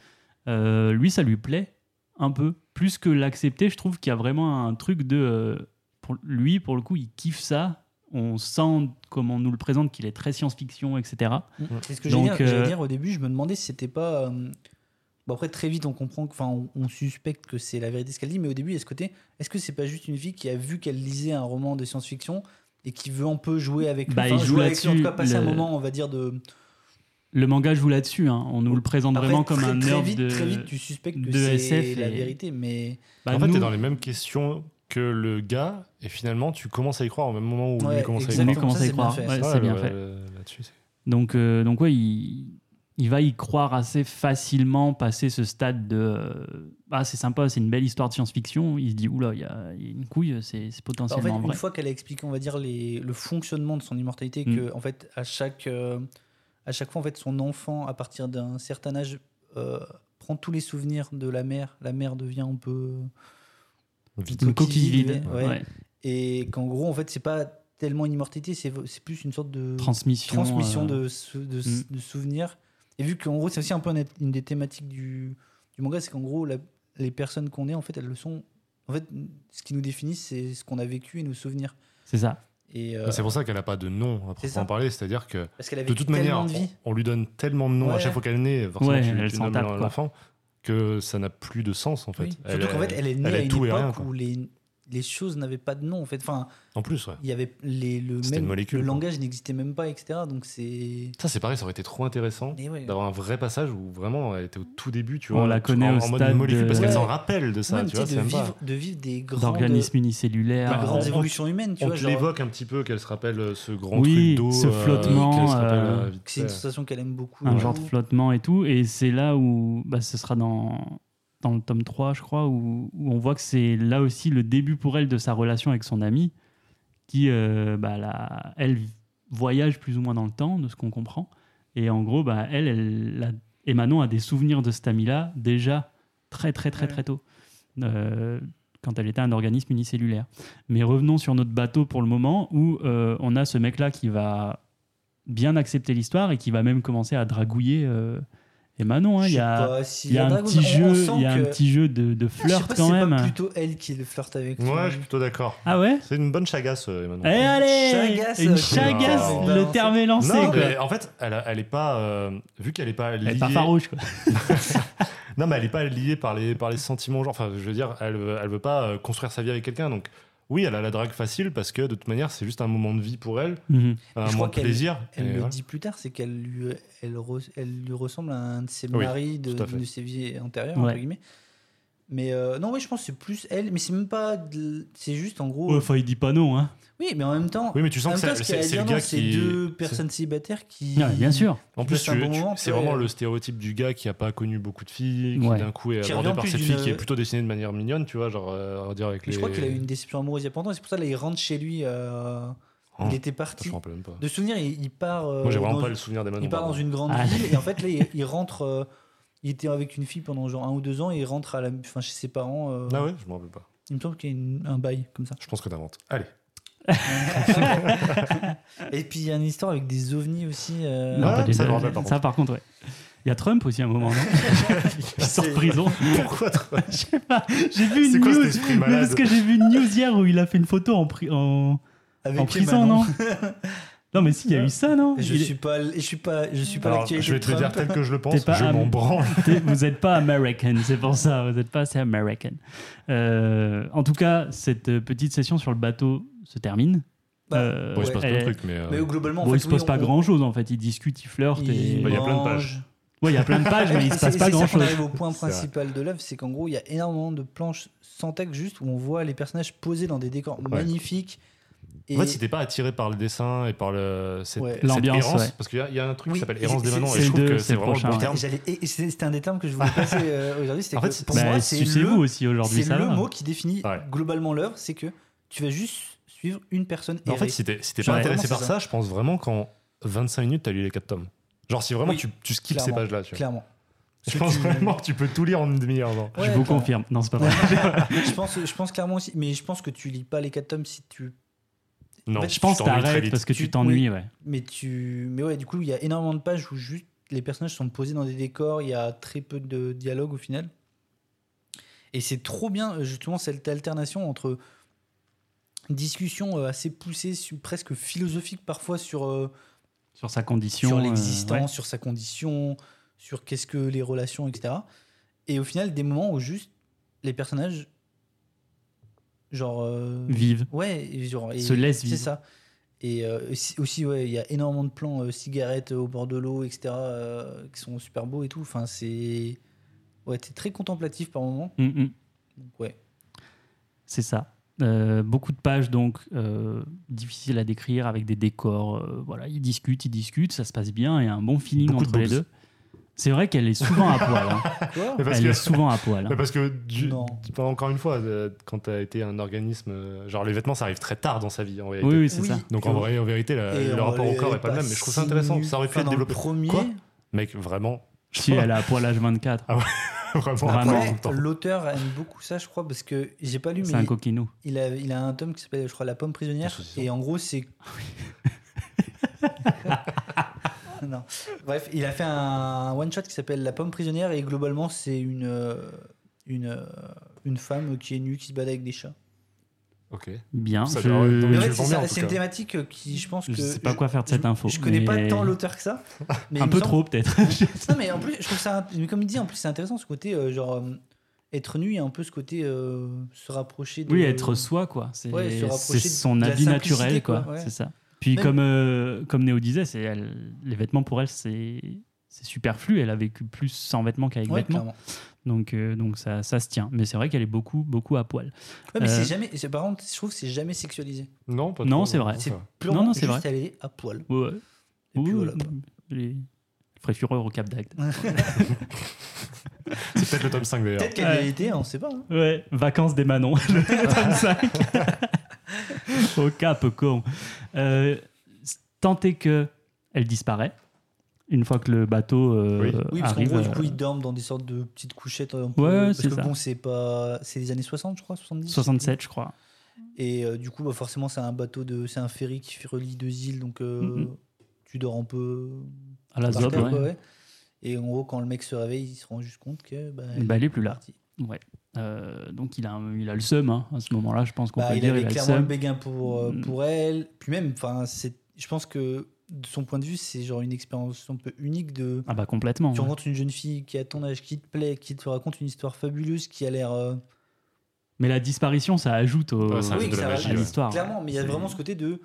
S1: Euh, lui, ça lui plaît un peu. Plus que l'accepter, je trouve qu'il y a vraiment un truc de. euh, pour lui, pour le coup, il kiffe ça. On sent, comme on nous le présente, qu'il est très science-fiction, etc.
S3: C'est ce que
S1: Donc,
S3: j'allais dire, j'allais
S1: euh,
S3: dire au début, je me demandais si c'était pas. euh, Bon, après, très vite, on comprend, que- enfin, on, on suspecte que c'est la vérité ce qu'elle dit, mais au début, il y a ce côté, est-ce que c'est pas juste une fille qui a vu qu'elle lisait un roman de science-fiction et qui veut un peu jouer avec lui,
S1: Bah, il
S3: Enfin,
S1: joue
S3: jouer avec lui, en
S1: là-dessus,
S3: tout cas, passer un
S1: le-
S3: moment, on va dire, de.
S1: Le manga joue là-dessus. hein. On nous le présente
S3: Après,
S1: vraiment
S3: très-
S1: comme un
S3: très
S1: nerd
S3: vite,
S1: de.
S3: Très vite, tu suspectes que
S1: de
S3: c'est
S1: SF
S3: la
S1: et-
S3: vérité, mais.
S1: Bah,
S2: en fait,
S1: nous-
S2: t'es dans les mêmes questions que le gars, et finalement, tu commences à y croire au même moment où
S3: Ouais,
S2: lui commence à
S1: Lui
S2: y
S3: exactement.
S2: croire.
S1: commence
S3: ça,
S1: à y
S3: c'est bien
S1: croire.
S3: fait.
S1: Ouais,
S2: Ouais,
S1: c'est bien
S2: ouais,
S1: fait.
S2: ouais, Là-dessus, c'est-
S1: Donc, euh, donc ouais, il, il va y croire assez facilement, passer ce stade de euh, Ah, c'est sympa, c'est une belle histoire de science-fiction. Il se dit Oula, il y, a il y a une couille, c'est c'est
S3: Bah, en
S1: potentiellement
S3: fait, une
S1: vrai.
S3: fois qu'elle a expliqué, on va dire, les, le fonctionnement de son immortalité,
S1: Mm.
S3: que en fait, à chaque, euh, à chaque fois, en fait, son enfant, à partir d'un certain âge, euh, prend tous les souvenirs de la mère. La mère devient un peu euh,
S1: C'est une coquille vide.
S3: ouais.
S1: Ouais.
S3: et qu'en gros, en fait, c'est pas tellement une immortalité, c'est c'est plus une sorte de
S1: Transmission.
S3: transmission
S1: euh,
S3: de, sou-
S2: hmm.
S3: de, s- de souvenirs. Et vu qu'en gros, c'est aussi un peu une, une des thématiques du, du manga, c'est qu'en gros, la- les personnes qu'on est, en fait, elles le sont. En fait, ce qui nous définit, c'est ce qu'on a vécu et nos souvenirs.
S1: C'est ça.
S3: Et euh,
S2: Bah, C'est pour ça qu'elle n'a pas de nom à
S3: ça.
S2: proprement parler, c'est-à-dire que
S3: parce qu'elle a
S2: de
S3: vécu
S2: toute manière,
S3: tellement de
S2: on,
S3: vie.
S2: on lui donne tellement de noms à
S3: Ouais.
S2: chaque fois qu'elle naît, forcément
S1: Ouais,
S2: tu,
S1: elle
S2: tu
S1: s'en
S2: nommes
S1: tape, quoi.
S2: l'enfant, que ça n'a plus de sens en fait.
S3: Oui. Surtout qu'en fait, elle est née
S2: elle
S3: à
S2: est
S3: une
S2: tout et
S3: époque
S2: rien, quoi.
S3: où les, les choses n'avaient pas de nom. En fait, enfin,
S2: En plus, ouais.
S3: il y avait les, le
S2: C'était
S3: même
S2: une molécule,
S3: le
S2: quoi.
S3: langage n'existait même pas, etc. Donc c'est.
S2: Ça, c'est pareil, ça aurait été trop intéressant
S3: Mais ouais.
S2: d'avoir un vrai passage où vraiment elle était au tout début, tu
S1: On
S2: vois.
S1: la
S2: tu-
S1: connaît
S2: en,
S1: au
S2: en mode
S1: stade
S2: molécule, parce
S1: de-
S2: qu'elle s'en
S3: Ouais.
S2: rappelle de ça,
S3: Même,
S2: tu
S3: tu
S2: vois.
S3: sais,
S2: c'est
S3: de,
S2: même pas-
S3: vivre, de vivre des grandes,
S1: D'organismes
S3: des
S1: unicellulaires.
S3: grandes
S1: euh,
S2: Ah, on-
S3: évolutions humaines, tu
S2: On
S3: vois.
S2: te
S3: genre-
S2: l'évoque un petit peu, qu'elle se rappelle euh, ce grand
S1: Oui,
S2: truc d'eau.
S1: ce
S2: euh,
S1: flottement,
S2: qu'elle se rappelle,
S1: euh,
S2: euh, vite
S3: C'est une
S2: fait.
S3: sensation qu'elle aime beaucoup. euh,
S1: un
S3: et
S1: genre de
S3: tout.
S1: flottement et tout. Et c'est là où bah, ce sera dans, dans le tome 3, je crois, où, où on voit que c'est là aussi le début pour elle de sa relation avec son amie, qui, euh, bah, la- elle voyage plus ou moins dans le temps, de ce qu'on comprend. Et en gros, bah, elle, elle la- et Manon a des souvenirs de cet ami-là déjà très, très, très,
S3: Ouais.
S1: très tôt. Euh, quand elle était un organisme unicellulaire. Mais revenons sur notre bateau pour le moment où euh, on a ce mec-là qui va bien accepter l'histoire et qui va même commencer à dragouiller euh, et Manon. hein.
S3: Je
S1: il y
S3: sais
S1: a,
S3: pas si
S1: il y a
S3: la
S1: un
S3: drague-
S1: petit
S3: on- on
S1: jeu,
S3: sent
S1: il y a un
S3: que-
S1: petit jeu de, de
S3: Ah, je sais
S1: flirt
S3: pas si
S1: quand
S3: c'est pas
S1: même.
S3: plutôt elle qui le flirte avec lui.
S2: Ouais, je suis plutôt d'accord.
S1: Ah ouais
S2: C'est une bonne chagasse, euh, Emmanuel.
S1: Eh, allez
S3: Chagasse,
S1: Une
S3: euh,
S1: chagasse,
S2: qui
S3: va-
S1: le terme est lancé.
S2: Non,
S1: quoi.
S2: mais en fait, elle, a- elle est pas. euh, vu qu'elle est pas liée.
S1: Elle est pas farouche. quoi.
S2: Non, mais elle est pas liée par les, par les sentiments. Genre, enfin, je veux dire, elle, veut- elle veut pas euh, construire sa vie avec quelqu'un. Donc, oui, elle a la drague facile parce que de toute manière, c'est juste un moment de vie pour elle,
S1: Mhm.
S3: Je
S2: un moment
S3: crois
S2: de
S3: qu'elle-
S2: plaisir.
S3: Elle
S2: Et
S3: le
S2: voilà.
S3: dit plus tard, c'est qu'elle lui, elle, re- elle lui ressemble à un de ses
S2: Oui,
S3: maris de,
S2: tout à fait.
S3: de ses vies antérieures,
S1: Ouais.
S3: entre guillemets. Mais euh, non, oui, je pense que c'est plus elle, mais c'est même pas. de- C'est juste en gros. euh,
S1: Ouais, Enfin, Oh, il dit pas non. Hein.
S3: oui, mais en même temps.
S2: Oui, mais tu
S3: en
S2: sens
S3: même
S2: que
S3: temps,
S2: c'est-
S3: ce
S2: c'est
S3: qu'elle
S2: c'est
S3: vient
S2: le
S3: dans
S2: gars
S3: ces
S2: qui.
S3: deux
S2: c'est-
S3: personnes célibataires qui.
S1: Ouais, bien sûr.
S2: En
S3: qui
S2: plus,
S3: passe un
S2: tu-
S3: bon
S2: tu-
S3: moment,
S2: c'est
S3: toi,
S2: vraiment
S3: et-
S2: le stéréotype du gars qui a pas connu beaucoup de filles, qui
S1: Ouais.
S2: d'un coup est
S3: Qui
S2: abordé
S3: revient
S2: par
S3: plus
S2: cette fille
S3: d'une-
S2: qui est plutôt dessinée de manière mignonne, tu vois, genre, euh, on va dire avec
S3: Mais
S2: les.
S3: Je crois qu'il a eu une déception amoureuse il y a pas longtemps, c'est pour ça là, il rentre chez lui. euh,
S2: Oh,
S3: il était
S2: Je
S3: parti.
S2: me rappelle même pas.
S3: De souvenir, il, il part. euh,
S2: Moi, j'ai vraiment
S3: dans-
S2: pas le souvenir des
S3: Il part dans une grande
S1: Ah.
S3: ville et en fait là il, il rentre. euh, il était avec une fille pendant genre un ou deux ans et il rentre à la, enfin, chez ses parents. euh,
S2: Ah ouais, je me rappelle pas.
S3: Il me semble qu'il y a une- un bail comme ça.
S2: Je pense que t'inventes. Allez.
S3: et puis il y a une histoire avec des ovnis aussi. euh,
S1: Non,
S2: Ouais,
S1: pas des-
S2: ça, je me rappelle, par
S1: ça, par contre, ouais. Il y a Trump aussi à un moment, non Il sort de prison.
S2: Pourquoi trop-
S1: Je sais pas. J'ai vu
S2: C'est
S1: une
S2: quoi cet
S1: news.
S2: esprit
S1: Mais parce
S2: malade
S1: que j'ai vu une news hier où il a fait une photo en, pri- en,
S3: avec
S1: en
S3: Emma,
S1: prison, non Non, mais si, il y a eu ça, non
S3: Je
S1: Il-
S3: suis pas, je suis pas, je suis pas
S2: Alors,
S3: l'actualité
S2: je vais te le
S3: de
S2: dire
S3: Trump.
S2: tel que je le
S1: T'es
S2: pense,
S1: pas
S2: je
S1: am-
S2: m'en branle.
S1: T'es- vous n'êtes pas American, c'est pour ça, vous n'êtes pas assez American. Euh, en tout cas, cette petite session sur le bateau se termine.
S3: Bah,
S1: Euh,
S2: Bon, il se passe
S1: elle-
S2: plein de trucs, mais. euh,
S3: Mais globalement, en
S1: bon,
S3: fait,
S1: il se passe
S3: oui,
S1: pas
S3: on-
S1: grand chose en fait, ils discutent, ils flirtent. et-
S3: il
S2: Bah, il y a plein de
S3: mange.
S2: pages.
S1: Ouais, il y a plein de pages, mais il se
S3: C'est-
S1: passe pas
S3: c'est ça
S1: grand
S3: qu'on
S1: chose.
S3: arrive au point
S2: C'est vrai.
S3: principal de l'œuvre, c'est qu'en gros, il y a énormément de planches sans texte juste où on voit les personnages posés dans des décors magnifiques. Et
S2: En fait, si t'es pas attiré par le dessin et par le, cette,
S3: Ouais.
S2: cette
S1: L'ambiance,
S2: errance,
S1: ouais.
S2: parce qu'il y a- il y, a un
S3: Oui,
S2: truc qui s'appelle
S3: c'est-
S2: errance des
S3: c'est-
S2: manants,
S1: c'est
S2: et je
S1: le
S2: trouve
S1: deux,
S2: que
S1: c'est
S2: c'est
S1: le
S2: vraiment le
S1: prochain,
S2: bon
S1: ouais.
S2: terme.
S3: J'allais- et- et c'est- C'était un des termes que je voulais passer euh, aujourd'hui. C'est
S2: En
S3: que
S2: fait,
S3: pour
S1: Bah,
S3: moi, c'est
S1: sucez-vous
S3: le,
S1: aussi aujourd'hui,
S3: c'est
S1: ça
S3: le
S1: va.
S3: mot qui définit
S2: Ouais.
S3: globalement l'œuvre. C'est que tu vas juste suivre une personne.
S2: Mais En fait,
S3: errer.
S2: si t'es si t'es pas
S1: Ouais.
S2: intéressé
S3: Vraiment,
S2: par
S3: c'est
S2: ça, je pense vraiment qu'en 25 minutes, t'as lu les 4 tomes. Genre, si vraiment
S3: Oui,
S2: tu, tu skippes ces
S3: clairement,
S2: pages-là, tu vois.
S3: clairement.
S2: Je
S3: Si
S2: pense
S3: tu-
S2: vraiment que tu peux tout lire en une demi-heure. genre.
S1: je
S3: Ouais,
S1: vous
S3: clairement.
S1: confirme. Non, c'est pas vrai.
S3: je pense, je pense clairement aussi, mais je pense que tu lis pas les quatre tomes si tu,
S2: Non,
S3: fait,
S1: Je pense que
S2: t'ennuies très
S1: t'arrêtes
S2: vite.
S1: parce que tu
S3: Tu-
S1: t'ennuies, ouais.
S3: mais tu, mais ouais, du coup, il y a énormément de pages où juste les personnages sont posés dans des décors, il y a très peu de dialogue au final. Et c'est trop bien euh, justement cette alternation entre discussion euh, assez poussée, su- presque philosophique parfois sur euh,
S1: Sur sa condition.
S3: sur
S1: euh,
S3: l'existence,
S1: ouais.
S3: sur sa condition, sur qu'est-ce que les relations, etc. Et au final, des moments où juste les personnages, genre. euh,
S1: Vive.
S3: Ouais, et genre, et-
S1: Se laissent
S3: C'est
S1: vivre.
S3: ça. Et euh, aussi- aussi, ouais, il y a énormément de plans euh, cigarettes au bord de l'eau, etc., euh, qui sont super beaux et tout. Enfin, c'est. Ouais, t'es très contemplatif par moment.
S1: Mm, mm.
S3: Donc, ouais.
S1: C'est ça. Euh, beaucoup de pages donc euh, difficiles à décrire avec des décors. euh, voilà, ils discutent, ils discutent, ça se passe bien et un bon feeling
S2: Beaucoup de
S1: entre les
S2: boobs.
S1: deux. C'est vrai qu'elle est souvent à poil. hein.
S3: Quoi
S2: Mais parce
S1: Elle
S2: que-
S1: est souvent à poil. hein.
S2: Mais parce que, du-
S3: Non.
S2: enfin, encore une fois, euh, quand t'as été un organisme, euh, genre les vêtements, ça arrive très tard dans sa vie en réalité.
S1: Oui, oui, c'est
S3: Oui.
S1: ça.
S2: Donc en, vrai, en vérité, la-
S3: Et euh,
S2: le
S3: on
S2: rapport au
S3: les-
S2: corps est pas le même. Mais je trouve ça intéressant.
S3: sinu-
S2: Ça aurait pu
S3: enfin,
S2: être
S3: dans le
S2: développé.
S3: premier,
S2: Quoi Mec, vraiment.
S1: Si elle est à poil âge 24,
S3: Ah
S2: vraiment.
S1: Vraiment.
S2: pas
S3: Après,
S2: longtemps.
S3: l'auteur aime beaucoup ça, je crois, parce que j'ai pas lu,
S1: c'est un
S3: mais
S1: coquinou.
S3: il a, il a un tome qui s'appelle, je crois, La pomme prisonnière.
S2: Un saucisson.
S3: Et en gros, c'est.
S1: Ah
S3: non. Bref, il a fait un one-shot qui s'appelle La pomme prisonnière. Et globalement, c'est une, euh, une, euh, une femme qui est nue, qui se balade avec des chats.
S2: Ok.
S1: Bien.
S2: Ça
S1: je-
S2: doit-
S3: Mais
S2: dans
S3: en
S2: Je
S3: fait,
S2: le
S3: c'est
S2: vends bien, en
S3: ça,
S2: tout
S3: c'est une
S2: cas.
S3: thématique qui, je pense que.
S1: Je sais pas quoi faire de cette
S3: je-
S1: info.
S3: Je connais pas
S1: mais-
S3: tant l'auteur que ça. mais il
S1: Un
S3: me
S1: peu
S3: semble-
S1: trop peut-être.
S3: Non, mais en plus, je trouve ça. int- mais Comme il dit, en plus, c'est intéressant ce côté, euh, genre, euh, être nu et un peu ce côté euh, se rapprocher de.
S1: Oui, être soi, quoi. C'est
S3: Ouais, se rapprocher
S1: c'est son
S3: de la
S1: avis
S3: simplicité,
S1: naturel, quoi.
S3: quoi, ouais.
S1: C'est ça. Puis,
S3: Même-
S1: comme, euh, comme Néo disait, c'est elle- les vêtements pour elle, c'est c'est superflu. Elle a vécu plus sans vêtements qu'avec
S3: Ouais,
S1: vêtements.
S3: clairement.
S1: Donc, euh, donc ça, ça se tient. Mais c'est vrai qu'elle est beaucoup, beaucoup à poil.
S3: Ouais, mais
S1: Euh,
S3: c'est jamais. c'est- Par contre, je trouve que c'est jamais sexualisé.
S2: Non, pas
S1: Non,
S2: trop,
S1: c'est vrai.
S2: ça va.
S3: Purement
S1: non, c'est
S3: juste
S1: vrai.
S3: Elle est à poil.
S1: Ouais.
S3: Et puis oh
S1: Ouh,
S3: voilà, quoi.
S1: les fréfureurs au Cap d'Agde.
S2: C'est peut-être le tome 5 d'ailleurs.
S3: Peut-être qu'elle
S1: Ouais.
S3: l'a été, on sait pas. hein.
S1: Ouais, vacances des Manon, le tome 5. Au cap, con. Euh, tant est que elle disparaît, une fois que le bateau euh,
S2: Oui.
S3: Oui, parce qu'en
S1: arrive.
S3: gros, du
S1: euh,
S3: coup, ils dorment dans des sortes de petites couchettes. un
S1: Ouais,
S3: parce
S1: c'est
S3: que
S1: ça.
S3: bon, c'est pas. C'est les années 60, je crois, 70.
S1: 67, je crois.
S3: Et euh, du coup, bah, forcément, c'est un bateau de. C'est un ferry qui relie deux îles, donc euh,
S1: Mhm.
S3: tu dors un peu.
S1: À la
S3: par
S1: Zob,
S3: terre,
S1: ouais.
S3: quoi, ouais. Et en gros, quand le mec se réveille, il se rend juste compte que. Bah,
S1: Bah, elle est plus là.
S3: partie.
S1: Ouais. Euh, donc il a, un- il a le seum hein, à ce moment-là, je pense qu'on
S3: Bah,
S1: peut
S3: il
S1: dire.
S3: avait
S1: Il a le
S3: clairement le
S1: seum.
S3: béguin pour, euh,
S1: Mm.
S3: pour elle. Puis même, enfin, c'est, je pense que de son point de vue, c'est genre une expérience un peu unique de.
S1: Ah bah complètement.
S3: Tu
S1: ouais.
S3: rencontres une jeune fille qui a ton âge, qui te plaît, qui te raconte une histoire fabuleuse, qui a l'air. euh,
S1: Mais la disparition, ça ajoute au,
S2: Ouais, ça
S3: Oui,
S2: ajoute de la
S1: à
S3: ça
S2: magie.
S3: rajoute.
S2: ouais.
S1: l'histoire.
S3: clairement, mais il y a
S1: Ah, C'est-
S3: vraiment ce côté de.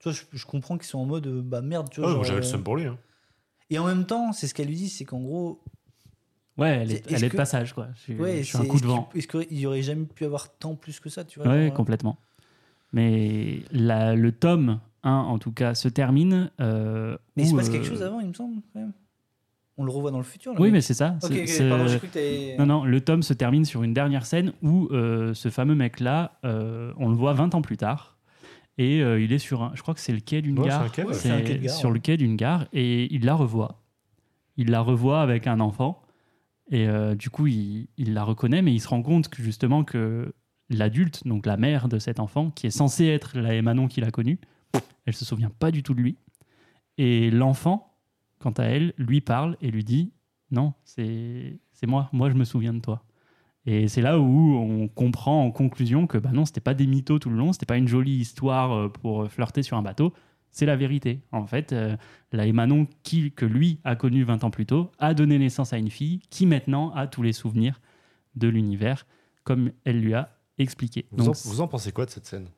S3: Tu vois, je, je comprends qu'ils sont en mode euh, bah merde, tu vois.
S2: Ouais,
S3: genre,
S2: moi, J'avais le
S3: euh,
S2: seum pour lui. hein.
S3: Et en même temps, c'est ce qu'elle lui dit, c'est qu'en gros,
S1: Ouais, elle est,
S3: C'est- est-ce
S1: elle est de
S3: que-
S1: passage, quoi. Je, suis-
S3: ouais,
S1: je suis un
S3: c'est-
S1: coup
S3: est-ce
S1: de vent.
S3: qu'il- Est-ce qu'il y aurait jamais pu avoir tant plus que ça, tu vois
S1: Ouais,
S3: genre, euh,
S1: complètement. Mais la- le tome 1, en tout cas, se termine. euh,
S3: Mais il se
S1: où,
S3: passe
S1: euh,
S3: quelque chose avant, il me semble, quand même. On le revoit dans le futur. là,
S1: Oui, mais
S3: mec.
S1: c'est ça.
S3: Ok,
S1: c'est-
S3: ok,
S1: c'est-
S3: pardon, j'ai cru que t'avais-
S1: Non, non, le tome se termine sur une dernière scène où euh, ce fameux mec-là, euh, on le voit 20 ans plus tard. Et euh, il est sur un. Je crois que c'est le quai d'une
S2: Ouais, c'est
S1: gare.
S2: un cave.
S3: Ouais,
S1: C'est
S3: c'est un quai de gare,
S1: sur le quai d'une gare et il la revoit. Il la revoit avec un enfant et euh, du coup il, il la reconnaît mais il se rend compte que justement que l'adulte, donc la mère de cet enfant, qui est censée être la Manon qu'il a connue, elle se souvient pas du tout de lui. Et l'enfant, quant à elle, lui parle et lui dit non, c'est c'est moi, moi je me souviens de toi. Et c'est là où on comprend en conclusion que bah non, c'était pas des mythos tout le long, c'était pas une jolie histoire euh, pour flirter sur un bateau, c'est la vérité. En fait, euh, la Manon qui, que lui a connue 20 ans plus tôt a donné naissance à une fille qui maintenant a tous les souvenirs de l'univers comme elle lui a expliqué.
S2: Vous, en,
S1: Donc,
S2: vous en pensez quoi de cette scène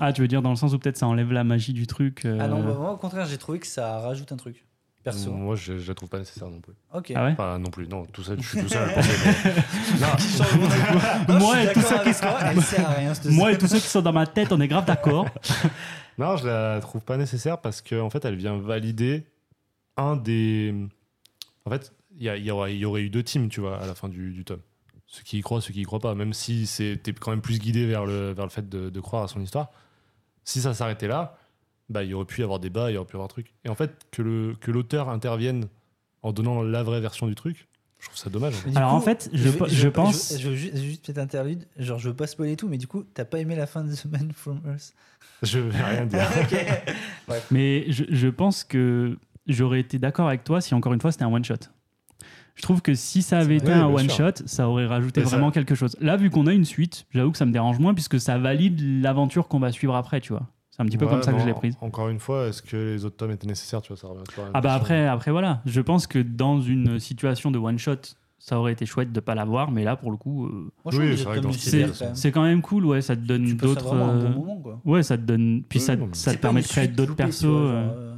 S1: ah, tu veux dire dans le sens où peut-être ça enlève la magie du truc euh, Mmh.
S3: Ah non, bah, moi, au contraire, j'ai trouvé que ça rajoute un truc. Perso.
S2: Moi, je, je la trouve pas nécessaire non plus.
S3: Ok.
S1: Ah ouais
S2: Enfin, non plus. Non, tout seul, je suis tout seul à le penser. mais- Non,
S3: Non,
S1: Moi,
S3: je suis
S1: et tout ça
S3: d'accord
S1: qui
S3: avec toi, Elle sert à rien, cette
S1: Moi et
S3: scène.
S1: tous ceux qui sont dans ma tête, on est grave d'accord.
S2: Non, je la trouve pas nécessaire parce qu'en en fait, elle vient valider un des. En fait, il y, a- il y aurait, il y aurait eu deux teams, tu vois, à la fin du, du tome. Ceux qui y croient, ceux qui y croient pas. Même si c'est- t'es quand même plus guidé vers le, vers le fait de, de croire à son histoire. Si ça s'arrêtait là, bah, il y aurait pu y avoir débat, il y aurait pu y avoir un truc. Et en fait, que le- que l'auteur intervienne en donnant la vraie version du truc, je trouve ça dommage. en fait.
S3: Mais du
S1: Alors, en
S3: coup,
S1: fait, je-
S3: vais-
S1: je
S3: veux-
S1: pense-
S3: Je, veux ju- juste, petite interlude. Genre, je veux pas spoiler tout, mais du coup, t'as pas aimé la fin de The Man from Earth.
S2: Je vais rien dire.
S3: ok.
S1: Mais je, je pense que j'aurais été d'accord avec toi si encore une fois c'était un one shot. Je trouve que si ça avait
S3: vrai.
S1: été
S2: Oui,
S1: un
S2: bien
S1: one
S2: sûr.
S1: shot, ça aurait rajouté
S2: Mais ça-
S1: vraiment quelque chose. Là, vu qu'on a une suite, j'avoue que ça me dérange moins puisque ça valide l'aventure qu'on va suivre après, tu vois. C'est un petit peu
S2: Ouais,
S1: comme ça que
S2: mais
S1: je l'ai
S2: en-
S1: prise.
S2: Encore une fois, est-ce que les autres tomes étaient nécessaires tu vois, ça revient toujours à la même
S1: Ah bah
S2: question.
S1: après, après voilà. Je pense que dans une situation de one shot, ça aurait été chouette de pas l'avoir, mais là pour le coup, euh,
S3: Moi,
S2: Oui,
S3: je
S2: c'est vrai
S3: trouve
S2: que dans
S3: que
S2: ce
S3: c'est
S1: style, c'est quand même cool, ouais. Ça te donne
S3: Tu passes
S1: d'autres.
S3: vraiment un
S1: euh,
S3: bon moment, quoi.
S1: Ouais, ça te donne. Puis
S2: Oui,
S1: ça,
S2: non, mais
S1: ça
S3: C'est
S1: te
S3: pas
S1: permet
S3: une
S1: de créer
S3: suite
S1: d'autres
S3: loupée, tu
S1: persos.
S3: vois,
S1: euh,
S3: genre, euh,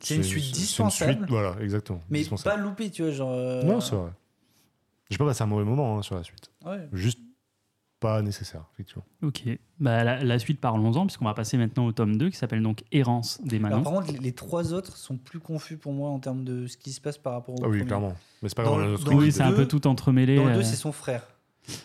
S3: C'est une suite
S2: c'est une
S3: dispensable.
S2: suite, voilà, exactement.
S3: Mais
S2: dispensable.
S3: pas loupée, tu vois. Genre, euh,
S2: Non, c'est vrai. J'ai pas passé un mauvais moment hein, sur la suite.
S3: ouais.
S2: Juste pas nécessaire, effectivement.
S1: Ok. Bah, la, la suite, parlons-en, puisqu'on va passer maintenant au tome 2 qui s'appelle donc Errance des
S3: Alors,
S1: Manons.
S3: par contre, les, les trois autres sont plus confus pour moi en termes de ce qui se passe par rapport au
S2: Ah oui,
S3: premier.
S2: clairement. Mais c'est pas
S3: Dans
S2: grave. on a
S3: le-
S2: notre
S3: dans
S2: truc.
S3: le-
S1: oui, c'est un
S3: deux-
S1: peu tout entremêlé.
S3: Dans le 2,
S1: euh,
S3: c'est son frère.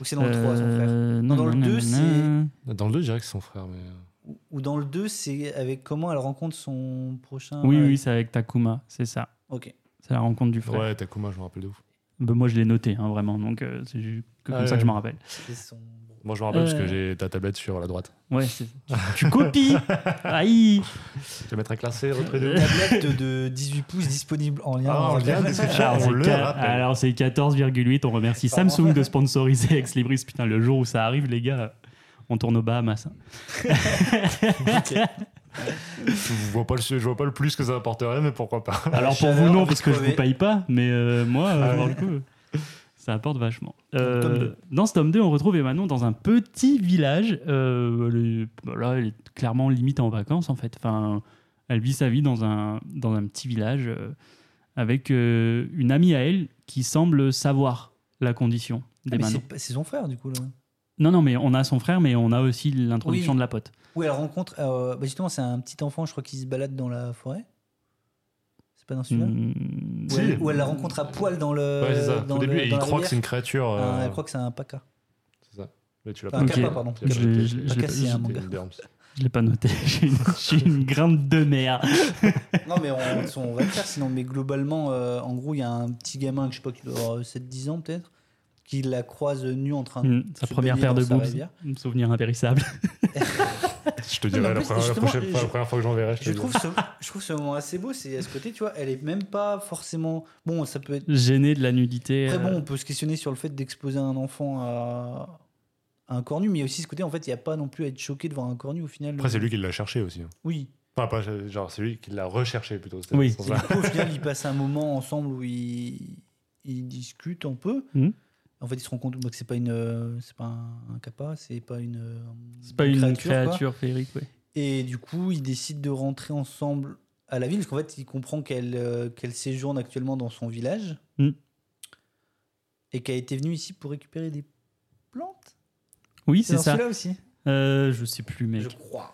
S3: Ou c'est dans le 3, son frère.
S1: euh, non,
S3: Dans le
S1: non,
S3: deux,
S1: non,
S3: c'est-
S1: non.
S2: Dans le 2, je dirais que c'est son frère. Mais... euh,
S3: Ou- Ou dans le 2, c'est avec comment elle rencontre son prochain.
S1: Oui,
S3: mari.
S1: oui, c'est avec Takuma, c'est ça.
S3: Ok.
S1: C'est la rencontre du frère.
S2: Ouais, Takuma, je me rappelle de ouf.
S1: Bah, moi, je l'ai noté, hein, vraiment. Donc, euh, c'est ju- que comme
S2: Ah,
S1: ça que je
S2: ouais.
S1: m'en rappelle.
S3: C'est son.
S2: Moi, je me rappelle parce
S1: Euh.
S2: que j'ai ta tablette sur la droite.
S1: Ouais, c'est- tu, tu copies Aïe
S2: Je vais mettre un classé, retrait de
S1: Euh,
S3: Tablette de 18 pouces disponible en lien.
S2: Ah,
S3: dans
S2: en
S3: le-
S2: lien, description.
S1: Alors,
S2: on
S1: c'est
S2: le
S1: qua-
S2: rappelle.
S1: alors, c'est 14,8. On remercie
S3: Pardon.
S1: Samsung de sponsoriser Ex Libris. Putain, le jour où ça arrive, les gars, on tourne aux Bahamas. hein.
S2: Je vois pas le, je vois pas le plus que ça apporterait, mais pourquoi pas.
S1: Alors, pour
S3: chaleur,
S1: vous, non,
S3: Bah, envie
S1: parce
S3: de
S1: que je vous
S3: crever.
S1: paye pas. Mais euh, moi, euh,
S2: Ah
S1: pour
S2: ouais.
S1: le coup, ça apporte vachement. Euh,
S3: Tome deux.
S1: dans ce tome 2, on retrouve Emanon dans un petit village. Euh, elle est- bah là, elle est clairement limite en vacances, en fait. Enfin, elle vit sa vie dans un, dans un petit village euh, avec euh, une amie à elle qui semble savoir la condition
S3: Ah, mais
S1: d'Emanon.
S3: c'est pas- c'est son frère, du coup. Là.
S1: Non, non, mais on a son frère, mais on a aussi l'introduction
S3: Oui.
S1: de la pote.
S3: Où elle rencontre. euh, bah, justement, c'est un petit enfant, je crois, qui se balade dans la forêt. C'est pas dans celui-là
S1: Mm,
S3: Où
S2: Si.
S3: elle, où elle la rencontre à poil dans le.
S2: ouais, c'est ça.
S3: Euh, dans
S2: Au
S3: le-
S2: début, et
S3: dans
S2: il
S3: la
S2: croit que c'est
S3: rivière.
S2: une créature.
S3: Ah,
S2: euh,
S3: Elle croit que c'est un paca.
S2: C'est ça. Mais tu l'as
S3: Enfin,
S1: un kappa,
S3: pardon.
S2: Tu l'as
S1: Je
S2: pas
S1: l'ai-
S2: noté.
S1: je l'ai-
S2: Tu l'as
S3: pas cassé,
S2: noté,
S3: hein, mon
S2: c'était
S3: gars.
S2: une derme.
S1: Je l'ai pas noté. J'ai une, j'ai une grande de mer.
S3: Non, mais on, on va le faire sinon. Mais globalement, euh, en gros, il y a un petit gamin, je sais pas, qui doit avoir 7-10 ans peut-être, qui la croise nue en train de.
S1: Mm, Sa
S3: se
S1: première
S3: baigner
S1: paire de
S3: dans sa
S1: boobs.
S3: rivière.
S1: Un souvenir impérissable.
S2: Je te
S3: Non, mais en
S2: dirai la
S3: plus,
S2: première- la
S3: justement,
S2: prochaine fois
S3: je-
S2: la première fois que j'en verrai. je te
S3: Je
S2: dirai.
S3: trouve, ce, je trouve ce moment assez beau, c'est à ce côté, tu vois, elle est même pas forcément. Bon, ça peut être.
S1: Gêné de la nudité.
S3: Après,
S1: euh,
S3: bon, on peut se questionner sur le fait d'exposer un enfant à, à un corps nu, mais il y a aussi ce côté, en fait, il n'y a pas non plus à être choqué de voir un corps nu au final. euh,
S2: Après, c'est lui qui l'a cherché aussi. hein.
S3: Oui.
S2: Enfin, pas, genre, c'est lui qui l'a recherché plutôt. c'était
S1: Oui.
S2: dans ce
S3: Et
S2: sens-là.
S3: du coup, au final, ils passent un moment ensemble où ils, ils discutent un peu.
S1: Mhm.
S3: En fait, ils se rendent compte bah, que c'est pas une, euh, c'est pas un, un kappa, c'est pas une, euh,
S1: C'est pas une créature,
S3: quoi.
S1: féerique, ouais.
S3: Et du coup, ils décident de rentrer ensemble à la ville, parce qu'en fait, il comprend qu'elle euh, qu'elle séjourne actuellement dans son village
S1: Mhm.
S3: et qu'elle était venue ici pour récupérer des plantes.
S1: Oui,
S3: C'est
S1: c'est ça.
S3: là aussi,
S1: Euh, je sais plus, mec.
S3: je crois.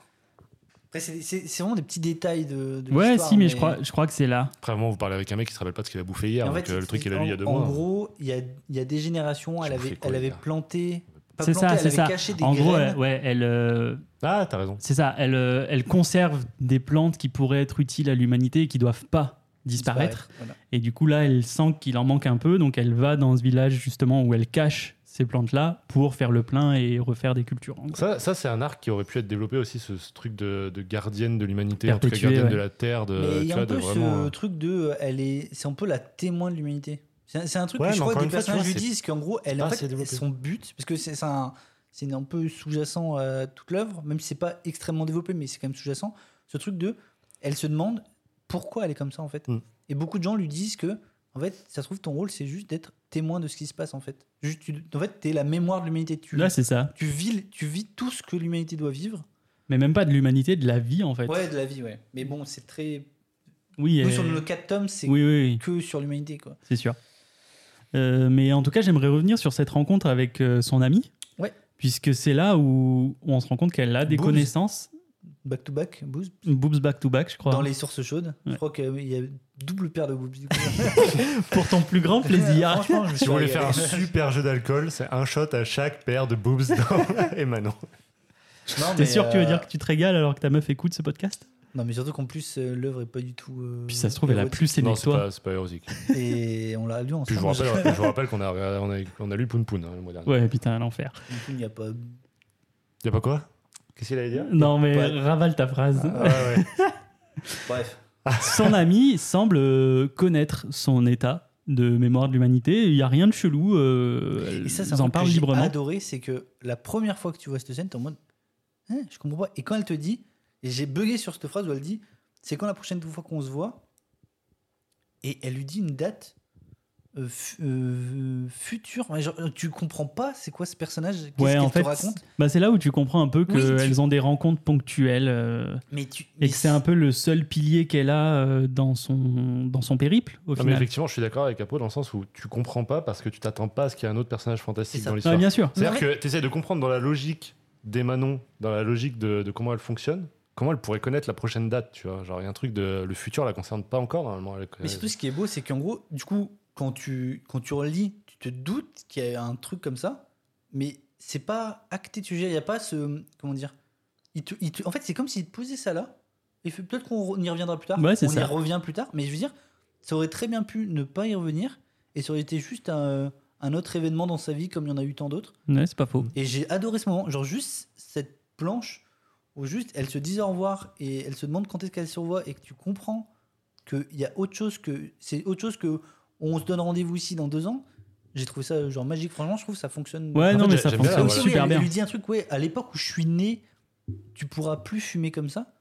S3: Après, c'est c'est- c'est vraiment des petits détails de. de
S1: Ouais,
S3: l'histoire,
S1: si, mais, Je, crois, je crois que c'est là.
S2: Après, moi, vous parlez avec un mec qui se rappelle pas de ce qu'il a bouffé hier.
S3: Et en
S2: donc,
S3: fait,
S2: euh, le
S3: c'est-
S2: truc qu'il a lu il y a deux
S3: en-
S2: mois.
S3: En gros, il y a, il y a des générations,
S2: Je
S3: elle
S2: me fais
S3: avait,
S2: quoi,
S3: elle
S2: les
S3: avait
S2: gars
S3: planté. pas
S1: C'est
S3: planté,
S1: ça,
S3: elle
S1: c'est
S3: avait
S1: ça.
S3: caché des
S1: En gros,
S3: graines.
S1: elle- ouais, elle, euh,
S2: Ah, t'as raison.
S1: c'est ça. Elle, euh, elle conserve des plantes qui pourraient être utiles à l'humanité et qui doivent pas disparaître.
S3: Voilà.
S1: Et du coup, là, elle sent qu'il en manque un peu, donc elle va dans ce village justement où elle cache ces plantes-là pour faire le plein et refaire des cultures. en gros.
S2: Ça, ça, c'est un arc qui aurait pu être développé aussi, ce, ce truc de, de gardienne de l'humanité, en tout cas
S1: Perpétué,
S2: gardienne
S1: ouais.
S2: de la terre, de,
S3: Mais il
S2: Euh, tu
S3: y a
S2: vois,
S3: un
S2: de
S3: peu
S2: vraiment.
S3: ce truc de, euh, elle est, c'est un peu la témoin de l'humanité. C'est un- c'est un truc
S2: Ouais,
S3: que je
S2: mais
S3: crois
S2: encore
S3: que des
S2: une fois, tu
S3: personnages
S2: vois,
S3: lui
S2: c'est-
S3: disent qu'en gros, elle,
S2: pas
S3: en
S2: assez
S3: fait,
S2: développé.
S3: son but, parce que c'est c'est un, c'est un peu sous-jacent à toute l'œuvre, même si c'est pas extrêmement développé, mais c'est quand même sous-jacent. Ce truc de, elle se demande pourquoi elle est comme ça en fait.
S2: Mm.
S3: Et beaucoup de gens lui disent que, en fait, ça se trouve ton rôle, c'est juste d'être témoin de ce qui se passe en fait. Juste, tu- en fait, t'es la mémoire de l'humanité. Tu,
S1: Là, c'est ça.
S3: tu vis, tu vis tout ce que l'humanité doit vivre.
S1: Mais même pas de l'humanité, de la vie en fait.
S3: Ouais, de la vie, ouais. Mais bon, c'est très.
S1: Oui,
S3: Nous,
S1: elle-
S3: sur le 4 tomes, c'est
S1: oui, oui, oui,
S3: que sur l'humanité, quoi.
S1: c'est sûr. Euh, mais en tout cas, j'aimerais revenir sur cette rencontre avec euh, son ami.
S3: Ouais.
S1: Puisque c'est là où on se rend compte qu'elle a des
S3: Boobs.
S1: connaissances.
S3: Back to back, boobs.
S1: Boobs back to back, je crois.
S3: Dans les sources chaudes, je
S1: Ouais.
S3: crois qu'il y a double paire de boobs. Du coup.
S1: Pour ton plus grand plaisir.
S3: Franchement, je me
S2: Si
S3: suis
S2: vous voulez
S3: régalé.
S2: faire un super jeu d'alcool, c'est un shot à chaque paire de boobs dans- et Manon.
S3: Non,
S1: T'es
S3: mais,
S1: sûr que tu
S3: euh,
S1: veux dire que tu te régales alors que ta meuf écoute ce podcast
S3: Non, mais surtout qu'en plus, euh, l'œuvre est pas du tout. euh,
S1: Puis ça se trouve, elle a
S3: érotique.
S1: plus aimé
S2: Non,
S1: que
S2: c'est
S1: toi.
S2: pas, c'est pas érosique.
S3: Et on l'a lu
S2: Puis je
S3: ensemble.
S2: vous rappelle, je vous rappelle qu'on a, on a, on a lu Poun Poun hein, le mois dernier.
S1: Ouais, putain, l'enfer.
S3: Du coup, Il n'y a pas.
S2: Y'a pas quoi Qu'est-ce qu'il allait dire
S1: Non, mais
S3: pas-
S1: ravale ta phrase.
S2: Ah, ouais, ouais.
S3: Bref.
S1: Son ami semble euh, connaître son état de mémoire de l'humanité. Il n'y a rien de chelou. Euh,
S3: Et ça, c'est
S1: ils
S3: un
S1: en
S3: truc
S1: parlent
S3: que j'ai
S1: librement.
S3: adoré, c'est que la première fois que tu vois cette scène, t'es en mode. Hein, je comprends pas. Et quand elle te dit, et j'ai bugué sur cette phrase où elle dit, c'est quand la prochaine fois qu'on se voit Et elle lui dit une date euh, fu- euh, futur. Ouais, genre, tu comprends pas c'est quoi ce personnage Qu'est-ce
S1: Ouais,
S3: qu'elle
S1: en
S3: te
S1: fait,
S3: raconte
S1: bah, c'est là où tu comprends un peu
S3: Oui, tu-
S1: qu'elles ont des rencontres ponctuelles euh,
S3: mais tu,
S1: et
S3: mais
S1: que c'est un peu le seul pilier qu'elle a euh, dans, son, dans son périple, au
S3: Ah,
S2: Non, mais
S1: final.
S2: effectivement, je suis d'accord avec Apo dans le sens où tu comprends pas parce que tu t'attends pas à ce qu'il y ait un autre personnage fantastique
S3: C'est ça.
S2: dans
S1: Non,
S2: l'histoire.
S1: mais bien sûr.
S2: C'est-à-dire
S3: Non,
S2: que tu essaies de comprendre dans la logique des Manon, dans la logique de, de comment elle fonctionne, comment elle pourrait connaître la prochaine date, tu vois. Genre, il y a un truc de. Le futur la concerne pas encore, normalement. Elle
S1: euh,
S3: Mais surtout, ce qui est beau, c'est qu'en gros, du coup, quand tu, quand tu relis, tu te doutes qu'il y a un truc comme ça, mais c'est pas acté de sujet. Il n'y a pas ce. Comment dire il te- il te- En fait, c'est comme s'il te posait ça là. Et fait- peut-être qu'on re- y reviendra plus tard.
S1: Ouais, c'est
S3: on y
S1: ça.
S3: revient plus tard. Mais je veux dire, ça aurait très bien pu ne pas y revenir. Et ça aurait été juste un, un autre événement dans sa vie, comme il y en a eu tant d'autres.
S1: Ouais, c'est pas faux.
S3: Et j'ai adoré ce moment. Genre, juste cette planche où juste elle se dit au revoir et elle se demande quand est-ce qu'elle se revoit et que tu comprends qu'il y a autre chose que. C'est autre chose que. On se donne rendez-vous ici dans deux ans. J'ai trouvé ça euh, genre magique. Franchement, je trouve que ça fonctionne.
S1: Ouais,
S2: En
S1: non,
S2: fait,
S1: mais
S2: j'ai-
S1: ça
S2: j'aime bien la-
S1: fonctionne
S2: voilà.
S3: aussi,
S1: super
S3: elle
S1: bien.
S3: lui dit un truc, ouais, à l'époque où je suis né, tu pourras plus fumer comme ça.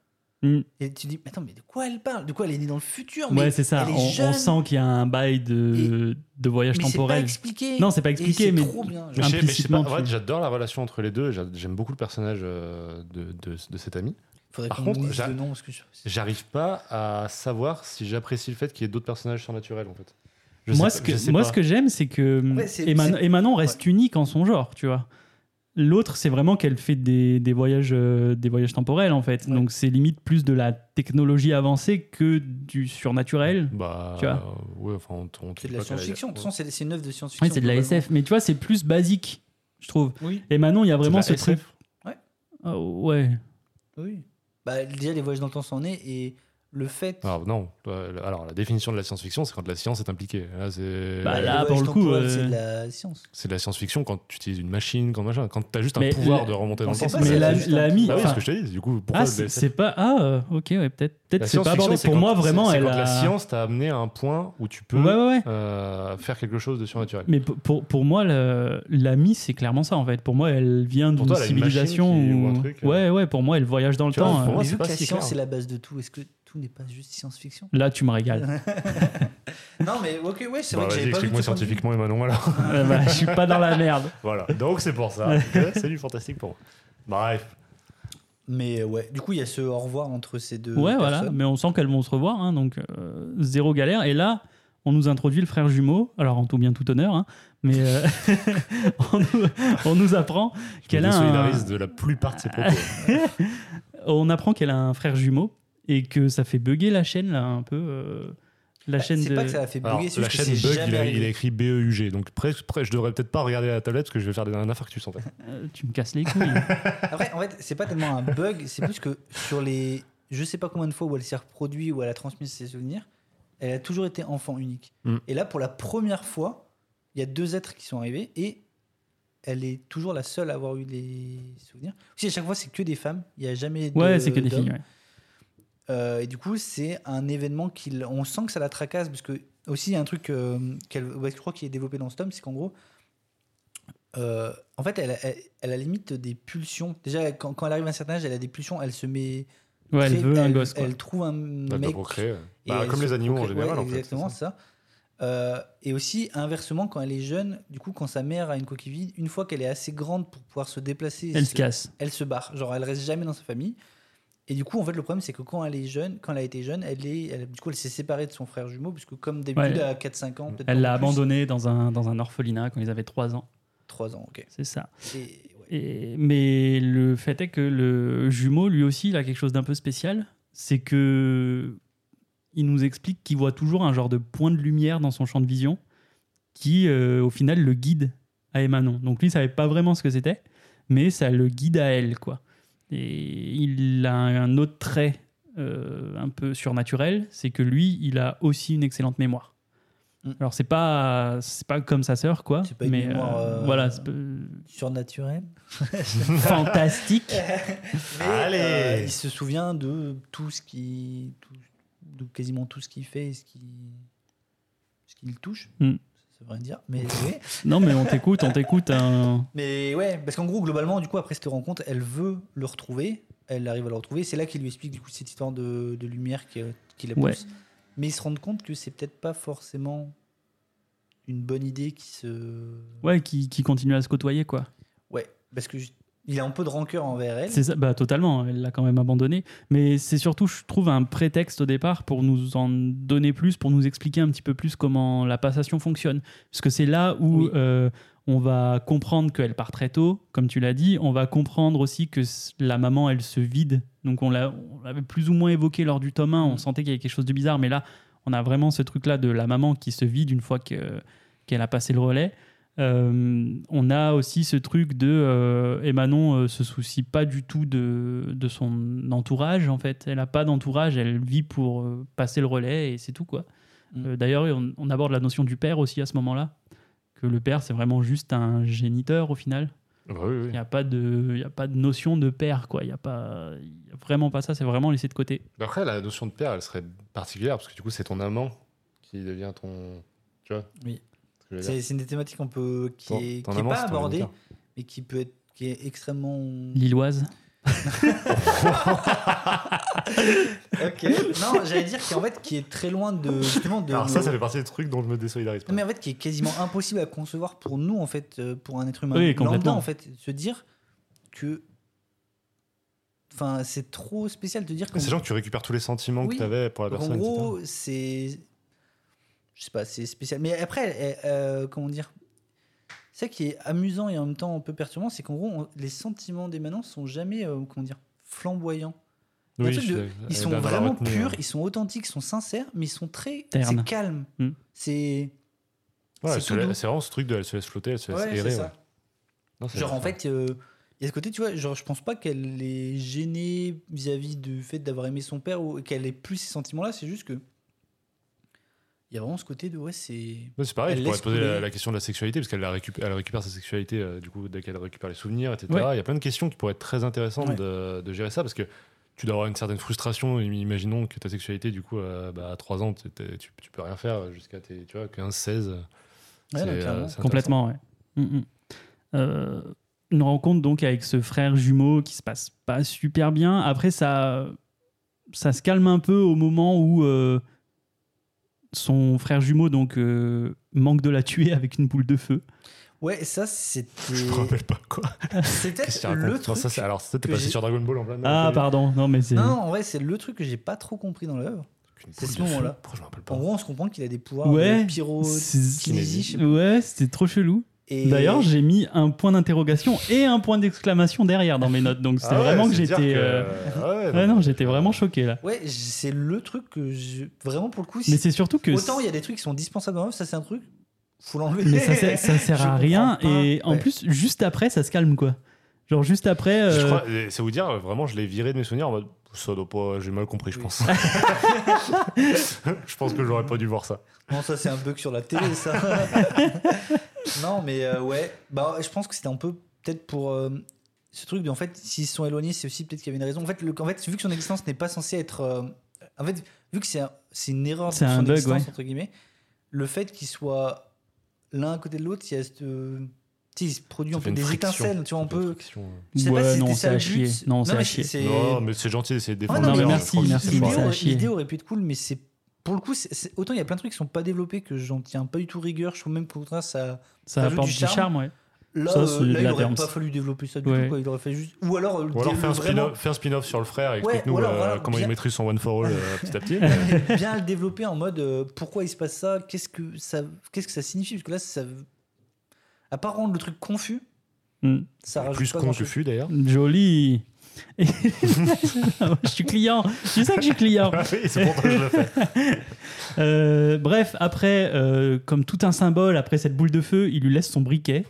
S1: Mm.
S3: Et tu dis, mais attends, mais de quoi elle parle De quoi elle est née dans le futur mais
S1: Ouais, c'est ça.
S3: elle est
S1: On, on
S3: jeune,
S1: sent qu'il y a un bail de, de voyage
S3: mais c'est pas
S1: temporel.
S3: expliqué.
S1: Non, c'est pas
S3: Et
S1: expliqué,
S3: c'est
S1: mais
S3: trop bien.
S2: Mais je sais- mais je sais pas,
S1: implicitement,
S2: en fait,
S1: tu-
S2: j'adore la relation entre les deux, et j'a- j'aime beaucoup le personnage euh, de, de, de cet ami.
S3: Faudrait
S2: Par
S3: qu'on
S2: contre,
S3: dise
S2: j'a-
S3: le nom, parce que je-
S2: J'arrive pas à savoir si j'apprécie le fait qu'il y ait d'autres personnages surnaturels, en fait. Je
S1: moi,
S2: sais
S1: ce
S2: pas- je
S1: que,
S2: sais
S1: moi
S2: pas.
S1: ce que j'aime, c'est que hum,
S3: Ouais, c'est-
S1: Eman-
S3: c'est-
S1: Emanon reste unique en son genre, tu vois. L'autre, c'est vraiment qu'elle fait des, des voyages, euh, des voyages temporels, en fait.
S3: Ouais.
S1: Donc, c'est limite plus de la technologie avancée que du surnaturel.
S2: Bah,
S1: Tu vois.
S2: euh, ouais, enfin, on, on- on
S3: C'est de
S2: dit
S3: la
S2: pas qu'elle-
S3: science-fiction. De toute façon, c'est c'est une œuvre de science-fiction.
S1: Ouais, c'est de la SF. Mais tu vois, c'est plus basique, je trouve.
S3: Oui,
S1: Et Manon, il y a
S2: C'est de
S1: vraiment
S2: la
S1: ce
S2: SF.
S1: truc. Ah, ouais.
S3: oui. Bah, déjà, les voyages dans le temps s'en est et le fait.
S1: Ah,
S2: Alors, non. euh, Alors, la définition de la science-fiction, c'est quand la science est impliquée. Là, c'est.
S1: Bah,
S3: les
S1: là,
S3: voyages
S1: pour le coup,
S3: temporels,
S1: euh,
S3: c'est de la science.
S2: C'est de la science-fiction quand tu utilises une machine, quand machin, quand t'as juste un
S1: Mais
S2: pouvoir
S1: la-
S2: de remonter dans
S3: on
S2: le
S3: sait
S2: temps.
S3: pas
S2: c'est
S1: Mais
S3: si
S2: de la
S1: la,
S2: science.
S3: juste un
S1: la
S3: truc.
S1: mi-
S2: Bah oui,
S1: enfin,
S2: ce que je te dis, du coup, pourquoi
S1: ah,
S2: le
S1: c'est
S2: SF?
S1: c'est pas. Ah, euh, ok, ouais, peut-être. Peut-être
S2: La
S1: c'est pas
S2: science-fiction,
S1: abordé.
S2: c'est
S1: Pour
S2: quand-
S1: moi,
S2: c'est-
S1: vraiment,
S2: c'est
S1: elle
S2: quand
S1: a.
S2: la science t'a amené à un point où tu peux
S1: Ouais, ouais, ouais.
S2: euh, faire quelque chose de surnaturel.
S1: Mais pour, pour, pour moi, le- l'ami, c'est clairement ça en fait. Pour moi, elle vient
S2: Pour
S1: d'une
S2: toi, elle a une
S1: civilisation.
S2: machine qui- ou un
S1: où-
S2: truc, euh.
S1: ouais, ouais, pour moi, elle voyage dans le
S2: Tu vois,
S1: temps.
S2: pour
S1: euh.
S2: moi,
S3: mais
S2: c'est
S3: vu
S2: pas
S3: que la
S2: si
S3: science
S2: clair.
S3: est la base de tout, est-ce que tout n'est pas juste science-fiction
S1: Là, tu me régales.
S3: Non, mais ok, ouais, c'est
S2: Bah,
S3: vrai que j'avais pas
S2: vas-y,
S3: vu
S2: explique-moi
S3: ce point de vue.
S2: scientifiquement, Emmanuel. Alors.
S1: Euh, bah, je suis pas dans la merde.
S2: voilà. Donc, c'est pour ça que c'est du fantastique pour moi. Bref.
S3: Mais euh, ouais, du coup, il y a ce au revoir entre ces deux.
S1: ouais, voilà.
S3: personnes.
S1: Mais on sent qu'elles vont se revoir, hein, donc euh, zéro galère. Et là, on nous introduit le frère jumeau. Alors, en tout bien, tout honneur, hein, mais euh, on, nous, on nous apprend
S2: Je
S1: qu'elle
S2: me
S1: a un,
S2: désolidarise de la plupart de ses propos.
S1: on apprend qu'elle a un frère jumeau et que ça fait bugger la chaîne là un peu. euh, la
S3: Bah,
S1: chaîne
S3: C'est
S1: de...
S3: pas que ça a fait
S2: Alors,
S3: bugger, c'est
S2: la
S3: juste que
S2: chaîne
S3: c'est
S2: Bug, il
S3: jamais
S2: a, il a
S3: arrivé.
S2: écrit BEUG. Donc, presque, presque- je devrais peut-être pas regarder la tablette parce que je vais faire des, un infarctus en fait.
S1: Euh, tu me casses les couilles.
S3: Après, en fait, c'est pas tellement un bug, c'est plus que sur les. Je sais pas combien de fois où elle s'est reproduite, où elle a transmis ses souvenirs, elle a toujours été enfant unique.
S2: Mm.
S3: Et là, pour la première fois, il y a deux êtres qui sont arrivés et elle est toujours la seule à avoir eu les souvenirs. Aussi, à chaque fois, c'est que des femmes, il n'y a jamais. de-
S1: Ouais, c'est que des
S3: d'hommes.
S1: filles. ouais.
S3: Euh, et du coup, c'est un événement qu'il. On sent que ça la tracasse, parce que aussi, il y a un truc euh, qu'elle, ouais, je crois qui est développé dans ce tome, c'est qu'en gros, euh, en fait, elle, a- elle, elle a limite des pulsions. Déjà, quand, quand elle arrive à un certain âge, elle a des pulsions, elle se met.
S1: Ouais, elle
S3: très-
S1: veut un gosse. quoi.
S3: elle trouve un
S2: Bah,
S3: mec.
S2: pour créer, ouais.
S3: et
S2: Bah,
S3: elle
S2: comme
S3: se
S2: les animaux en
S3: procré- ouais,
S2: général en fait.
S3: Exactement, c'est ça. Euh, et aussi, inversement, quand elle est jeune, du coup, quand sa mère a une coquille vide, une fois qu'elle est assez grande pour pouvoir se déplacer, et
S1: Elle se casse.
S3: elle se barre. Genre, elle reste jamais dans sa famille. Et du coup, en fait, le problème, c'est que quand elle est jeune, quand elle a été jeune, elle est, elle- du coup, elle s'est séparée de son frère jumeau, puisque comme d'habitude,
S1: Ouais.
S3: à 4-5 ans, peut-être.
S1: Elle
S3: un
S1: l'a
S3: peu plus,
S1: abandonné dans un, dans un orphelinat quand ils avaient 3 ans.
S3: 3 ans, ok.
S1: C'est ça.
S3: Et, ouais.
S1: Et- mais le fait est que le jumeau, lui aussi, il a quelque chose d'un peu spécial. C'est que. Il nous explique qu'il voit toujours un genre de point de lumière dans son champ de vision qui, euh, au final, le guide à Emanon. Donc lui, il savait pas vraiment ce que c'était, mais ça le guide à elle, quoi. Et il a un autre trait euh, un peu surnaturel, c'est que lui, il a aussi une excellente mémoire.
S3: Mm.
S1: Alors c'est pas c'est pas comme sa sœur quoi,
S3: C'est pas une
S1: mais
S3: mémoire, euh,
S1: voilà, c'est pas-
S3: Surnaturel.
S1: fantastique.
S3: Mais,
S2: Allez.
S3: euh, Il se souvient de tout ce qui. tout- de quasiment tout ce qu'il fait et ce qui. ce qu'il touche.
S1: Hmm.
S3: Ça veut rien dire. Mais, ouais.
S1: Non mais on t'écoute, on t'écoute. hein.
S3: mais ouais, parce qu'en gros, globalement, du coup, après cette rencontre, elle veut le retrouver. Elle arrive à le retrouver. C'est là qu'il lui explique, du coup, cette histoire de, de lumière qui, euh, qui la pousse.
S1: Ouais.
S3: Mais ils se rendent compte que c'est peut-être pas forcément une bonne idée qui se.
S1: Ouais, qui, qui continue à se côtoyer, quoi.
S3: Ouais, parce que je- il a un peu de rancœur envers elle.
S1: C'est ça, bah, totalement, elle l'a quand même abandonné. Mais c'est surtout, je trouve, un prétexte au départ pour nous en donner plus, pour nous expliquer un petit peu plus comment la passation fonctionne. Parce que c'est là où
S3: Oui.
S1: euh, on va comprendre qu'elle part très tôt, comme tu l'as dit. On va comprendre aussi que s- la maman, elle se vide. Donc on l'a- on l'avait plus ou moins évoqué lors du tome 1,
S3: Mm.
S1: on sentait qu'il y avait quelque chose de bizarre. Mais là, on a vraiment ce truc-là de la maman qui se vide une fois que- qu'elle a passé le relais. Euh, on a aussi ce truc de euh, et Manon euh, se soucie pas du tout de, de son entourage en fait. Elle a pas d'entourage, elle vit pour euh, passer le relais et c'est tout quoi.
S3: Mm.
S1: Euh, D'ailleurs, on, on aborde la notion du père aussi à ce moment-là, que le père c'est vraiment juste un géniteur au final.
S2: Bah oui, oui.
S1: Il n'y a pas de il y a pas de notion de père quoi. Il y a pas il y a vraiment pas ça. C'est vraiment laissé de côté.
S2: Bah Après, la notion de père, elle serait particulière parce que du coup, c'est ton amant qui devient ton. Tu vois
S3: Oui.
S2: ce que je veux dire
S3: C'est c'est une thématique un peu qui
S2: Ton-
S3: est,
S2: ton
S3: qui est
S2: amant,
S3: pas
S2: c'est ton
S3: abordée,
S2: géniteur.
S3: mais qui peut être qui est extrêmement.
S1: Lilloise.
S3: ok. Non, j'allais dire qu'en fait, qui est très loin de justement de.
S2: Alors, ça,
S3: nos-
S2: ça fait partie des trucs dont je me désolidarise pas.
S3: Non, mais en fait, qui est quasiment impossible à concevoir pour nous, en fait, euh, pour un être humain
S1: Oui,
S3: lambda,
S1: complètement.
S3: en fait, se dire que. Enfin, c'est trop spécial de dire que.
S2: C'est genre que tu récupères tous les sentiments
S3: Oui.
S2: que tu avais pour la
S3: Donc, en
S2: personne. etc.
S3: gros, c'est. Je sais pas, c'est spécial. Mais après, elle- elle- euh, comment dire Ça qui est amusant et en même temps un peu perturbant, c'est qu'en gros, on- les sentiments des manants sont jamais, euh, comment dire, flamboyants. Il y a un
S2: Oui,
S3: truc
S2: je
S3: de-
S2: suis- euh,
S3: Ils
S2: elle
S3: sont
S2: doit avoir
S3: vraiment
S2: retenu,
S3: purs,
S2: ouais.
S3: ils sont authentiques, ils sont sincères, mais ils sont très.
S1: Terne.
S3: C'est calme.
S2: Hmm.
S1: Mm.
S3: C'est.
S2: Ouais,
S3: c'est
S2: elle se
S3: tout
S2: la-
S3: doux.
S2: c'est vraiment ce truc de elle se laisse flotter, elle se laisse
S3: Ouais, c'est
S2: errer.
S3: ça.
S2: ouais. Non, c'est
S3: Genre,
S2: vrai,
S3: en
S2: ça.
S3: fait, euh, il y a ce côté, tu vois, genre, je pense pas qu'elle est gênée vis-à-vis du fait d'avoir aimé son père ou qu'elle ait plus ces sentiments-là, c'est juste que. Il y a vraiment ce côté de, ouais, c'est.
S2: Ouais, c'est pareil,
S3: Elle
S2: je pourrais
S3: laisse
S2: te poser
S3: couler.
S2: la, la question de la sexualité, parce qu'elle la récup- elle récupère sa sexualité, euh, du coup, dès qu'elle récupère les souvenirs, etc.
S1: Ouais.
S2: Il y a plein de questions qui pourraient être très intéressantes
S3: Ouais.
S2: de, de gérer ça, parce que tu dois avoir une certaine frustration. Imaginons que ta sexualité, du coup, euh, bah, à 3 ans, t'es- t'es- tu, tu peux rien faire jusqu'à tes tu vois, 15, 16. euh,
S3: Ouais,
S2: c'est,
S3: non,
S2: euh,
S3: clairement.
S2: c'est intéressant.
S1: Complètement, ouais. Mm, mm. Euh, une rencontre donc avec ce frère jumeau qui se passe pas super bien. Après, ça, ça se calme un peu au moment où euh, son frère jumeau donc euh, manque de la tuer avec une boule de feu.
S3: Ouais, ça,
S2: Je
S3: c'était.
S2: me rappelle pas quoi.
S3: C'est
S2: Qu'est-ce
S3: peut-être
S2: qu'il raconte
S3: le
S2: Non,
S3: truc.
S2: ça, c'est- alors, ça, t'es
S3: que
S2: passé
S3: j'ai-
S2: sur Dragon Ball en plein
S1: Ah, pardon, non mais c'est.
S3: Non, non, en vrai, c'est le truc que j'ai pas trop compris dans l'œuvre. c'est ce moment-là.
S2: Pourquoi je me rappelle pas
S3: En gros, on se comprend qu'il a des pouvoirs
S1: Ouais,
S3: de pyro.
S1: c'est-
S3: kinésie, je sais pas.
S1: Ouais, c'était trop chelou.
S3: Et...
S1: D'ailleurs, j'ai mis un point d'interrogation et un point d'exclamation derrière dans mes notes, donc c'est
S2: Ah ouais,
S1: vraiment que
S2: c'est-à-dire
S1: j'étais. euh,
S2: euh, ouais,
S1: ouais, non,
S2: mais-
S1: j'étais vraiment choqué là.
S3: Ouais, j- c'est le truc que je. Vraiment, pour le coup,
S1: Mais
S3: si-
S1: c'est surtout que.
S3: autant il y a des trucs qui sont dispensables dans l'œuvre, ça, c'est un truc. Faut l'enlever.
S1: Mais ça, sert- ça sert
S3: Je
S1: à rien.
S3: comprends pas.
S1: Et en
S3: Ouais.
S1: plus, juste après, ça se calme, quoi. Genre, juste après.
S2: Je
S1: euh,
S2: crois- euh, c'est vous dire, euh, vraiment, je l'ai viré de mes souvenirs en mode, ça doit pas, j'ai mal compris, je
S3: Oui.
S2: pense. je pense que j'aurais pas dû voir ça.
S3: Non, ça c'est un bug sur la télé, ça. non, mais euh, ouais. Bah, je pense que c'était un peu peut-être pour euh, ce truc de, en fait, s'ils se sont éloignés, c'est aussi peut-être qu'il y avait une raison. En fait, le, en fait, vu que son existence n'est pas censée être, euh, en fait, vu que c'est un- c'est une erreur de
S1: C'est
S3: son
S1: un bug,
S3: existence
S1: ouais.
S3: entre guillemets, le fait qu'ils soient l'un à côté de l'autre, il y a cette, euh, tu sais, il se produit
S2: Ça
S3: un
S2: fait
S3: peu
S2: une
S3: des
S2: friction.
S3: étincelles, tu vois,
S2: Ça
S3: un
S2: fait une
S3: peu.
S2: friction, euh.
S3: Je sais pas
S1: Ouais,
S3: si
S1: non,
S3: c'était
S1: c'est
S3: ça
S1: à
S3: le
S1: chier.
S3: but.
S1: Non, c'est à
S3: mais
S1: chier.
S3: c'est-
S2: Non, mais c'est gentil d'essayer de
S3: Ouais,
S2: défendre.
S3: non, mais
S2: les gens,
S1: merci,
S2: je crois que
S1: merci,
S2: c'est
S1: merci. ça
S2: pas-
S3: L'idée
S1: à
S3: aurait-
S1: chier.
S3: l'idée aurait pu être cool, mais c'est pour le coup, c'est- c'est- autant il y a plein de trucs qui sont pas développés que j'en tiens pas du tout rigueur. Je trouve même qu'au contraire, ça.
S1: ça
S3: ça joue
S1: apporte
S3: du
S1: du charme, ouais.
S3: Là,
S1: Ça,
S3: euh,
S1: c'est de
S3: là, il
S1: la
S3: aurait
S1: derms.
S3: pas fallu développer ça du
S1: Ouais.
S3: tout. Quoi. Il aurait fait juste. Ou alors,
S2: Ou alors
S3: le-
S2: faire un
S3: vraiment
S2: spin-off- faire un spin-off sur le frère et
S3: Ouais,
S2: explique-nous
S3: ou alors,
S2: euh,
S3: voilà,
S2: comment
S3: bien-
S2: il maîtrise son One for All euh, petit à petit. mais-
S3: bien le développer en mode euh, pourquoi il se passe ça, qu'est-ce que ça, qu'est-ce que ça signifie Parce que là, ça. À part rendre le truc confus,
S1: Mm.
S3: ça rajoute
S2: Hmm. Plus
S3: pas
S2: con que
S3: grand-chose.
S2: fut d'ailleurs.
S1: Joli. Et- je suis client. Je sais que je suis client.
S2: Ah oui, c'est pour toi que je le fais.
S1: Euh, bref, après, euh, comme tout un symbole, après cette boule de feu, il lui laisse son briquet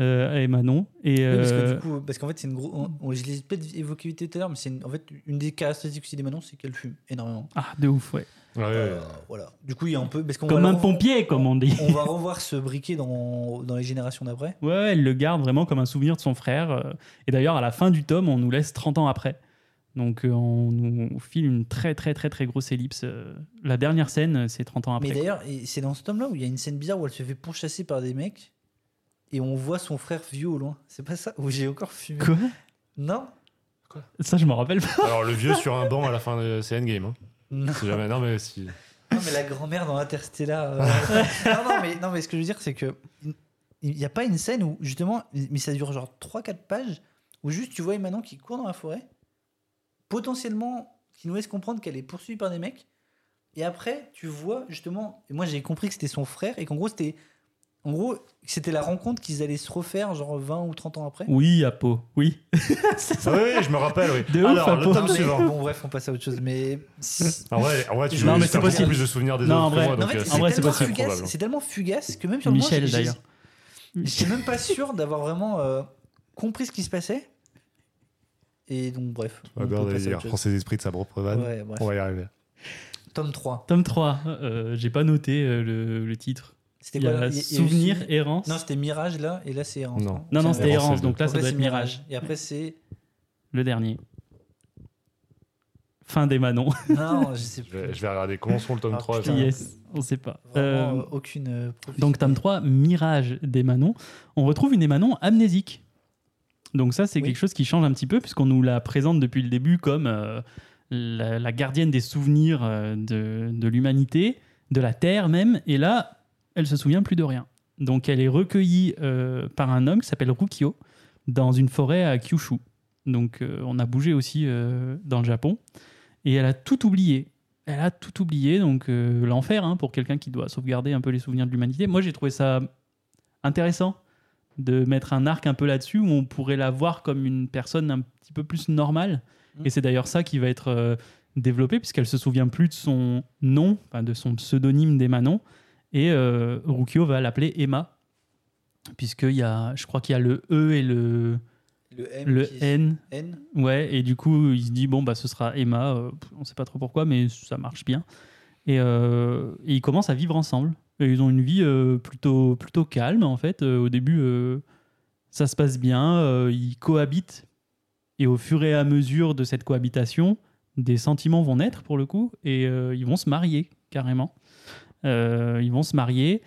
S1: euh, à Manon. Et
S3: Oui, parce que
S1: euh,
S3: du coup, parce qu'en fait, c'est une grosse. on- on- Je l'ai peut-être évoqué tout à l'heure, mais c'est une- en fait une des caractéristiques aussi des Manon, c'est qu'elle fume énormément.
S1: ah, de ouf, ouais.
S2: Ouais, ouais,
S3: Euh,
S2: ouais.
S3: voilà. Du coup, il y a un peu. Parce qu'on
S1: Comme
S3: va
S1: un
S3: le revoir-
S1: pompier, comme on dit.
S3: On va revoir ce briquet dans, dans les générations d'après.
S1: Ouais, ouais, elle le garde vraiment comme un souvenir de son frère. euh, Et d'ailleurs, à la fin du tome, on nous laisse 30 ans après. Donc, euh, on nous file une très, très, très, très grosse ellipse. euh, La dernière scène, euh, c'est 30 ans après.
S3: Mais
S1: quoi.
S3: d'ailleurs, et c'est dans ce tome-là où il y a une scène bizarre où elle se fait pourchasser par des mecs et on voit son frère vieux au loin. C'est pas ça Où j'ai encore fumé
S1: Quoi
S3: Non
S1: Ça, je m'en rappelle pas.
S2: Alors le vieux sur un banc à la fin de c'est Endgame. Hein.
S3: Non.
S2: C'est jamais. Non mais si.
S3: Non, mais la grand-mère dans Interstellar. euh, non, non, mais, non, mais ce que je veux dire, c'est que il n'y a pas une scène où, justement, mais ça dure genre 3-4 pages, où juste tu vois Emmanon qui court dans la forêt, potentiellement, qui nous laisse comprendre qu'elle est poursuivie par des mecs, et après, tu vois, justement, et moi j'ai compris que c'était son frère, et qu'en gros, c'était. En gros, c'était la rencontre qu'ils allaient se refaire, genre 20 ou 30 ans après.
S1: Oui, à peau, oui.
S2: Ah oui, oui, je me rappelle, oui.
S1: De ouf,
S2: Alors,
S1: à
S2: le
S1: peau.
S2: tome
S3: Non, mais-
S2: suivant.
S3: Bon, bref, on passe à autre chose, mais.
S2: En vrai, en vrai, tu
S1: Non,
S2: veux
S1: mais
S2: juste
S1: c'est
S2: avoir
S1: possible.
S2: plus de souvenirs des
S1: Non, en
S2: autres que
S1: vrai-
S2: moi,
S3: En
S2: donc,
S3: fait,
S2: euh,
S3: c'est
S1: en vrai, c'est pas
S3: tellement
S1: possible.
S3: fugace,
S2: Probable.
S3: c'est tellement fugace que même sur le moment,
S1: Michel
S3: j'ai- j'ai-
S1: d'ailleurs.
S3: J'étais même pas sûr d'avoir vraiment euh, compris ce qui se passait. Et donc, bref. on peut
S2: Regarde,
S3: passer à
S2: il
S3: autre chose.
S2: reprend ses esprits de sa propre vanne.
S3: Ouais, bref.
S2: On va y arriver.
S3: Tome 3.
S1: Tome 3, euh, j'ai pas noté euh, le, le titre.
S3: C'était
S1: Il y
S3: quoi
S1: a
S3: là Il y a- il y a eu
S1: Souvenir,
S3: Sou-
S1: errance.
S3: Non, c'était Mirage là, et là c'est Errance.
S2: Non.
S1: Non, non,
S3: C'est
S1: c'était
S2: Errance,
S1: errance,
S2: c'est
S1: donc là ça
S3: Après,
S1: doit être
S3: c'est
S1: Mirage,
S3: Et après c'est.
S1: le dernier. Fin des Manon.
S3: Non, je sais
S2: Je vais,
S3: plus.
S2: je vais regarder comment sont le tome
S3: Ah,
S2: 3.
S3: putain.
S2: je-
S1: yes, on sait pas.
S3: Vraiment,
S1: Euh,
S3: euh, aucune. euh, profite.
S1: donc tome 3, Mirage des Manon. On retrouve une Manon amnésique. Donc ça c'est
S3: Oui.
S1: quelque chose qui change un petit peu puisqu'on nous la présente depuis le début comme euh, la, la gardienne des souvenirs euh, de, de l'humanité, de la Terre même. Et là, elle se souvient plus de rien. Donc elle est recueillie euh, par un homme qui s'appelle Rukio dans une forêt à Kyushu. Donc euh, on a bougé aussi euh, dans le Japon. Et elle a tout oublié. Elle a tout oublié. Donc euh, l'enfer hein, pour quelqu'un qui doit sauvegarder un peu les souvenirs de l'humanité. Moi j'ai trouvé ça intéressant de mettre un arc un peu là-dessus où on pourrait la voir comme une personne un petit peu plus normale.
S3: Mhm.
S1: Et c'est d'ailleurs ça qui va être euh, développé puisqu'elle se souvient plus de son nom, enfin, de son pseudonyme d'Emanon. Et euh, Rukio va l'appeler Emma. Puisqu'il y a, je crois qu'il y a le E et le,
S3: Le M.
S1: le
S3: qui-
S1: N.
S3: N.
S1: Ouais, et du coup, il se dit, bon, bah, ce sera Emma, euh, pff, on sait pas trop pourquoi, mais ça marche bien. Et, euh, et ils commencent à vivre ensemble. Et ils ont une vie euh, plutôt, plutôt calme, en fait. Euh, au début, euh, ça se passe bien, euh, ils cohabitent. Et au fur et à mesure de cette cohabitation, des sentiments vont naître, pour le coup, et euh, ils vont se marier, carrément. Euh, ils vont se marier,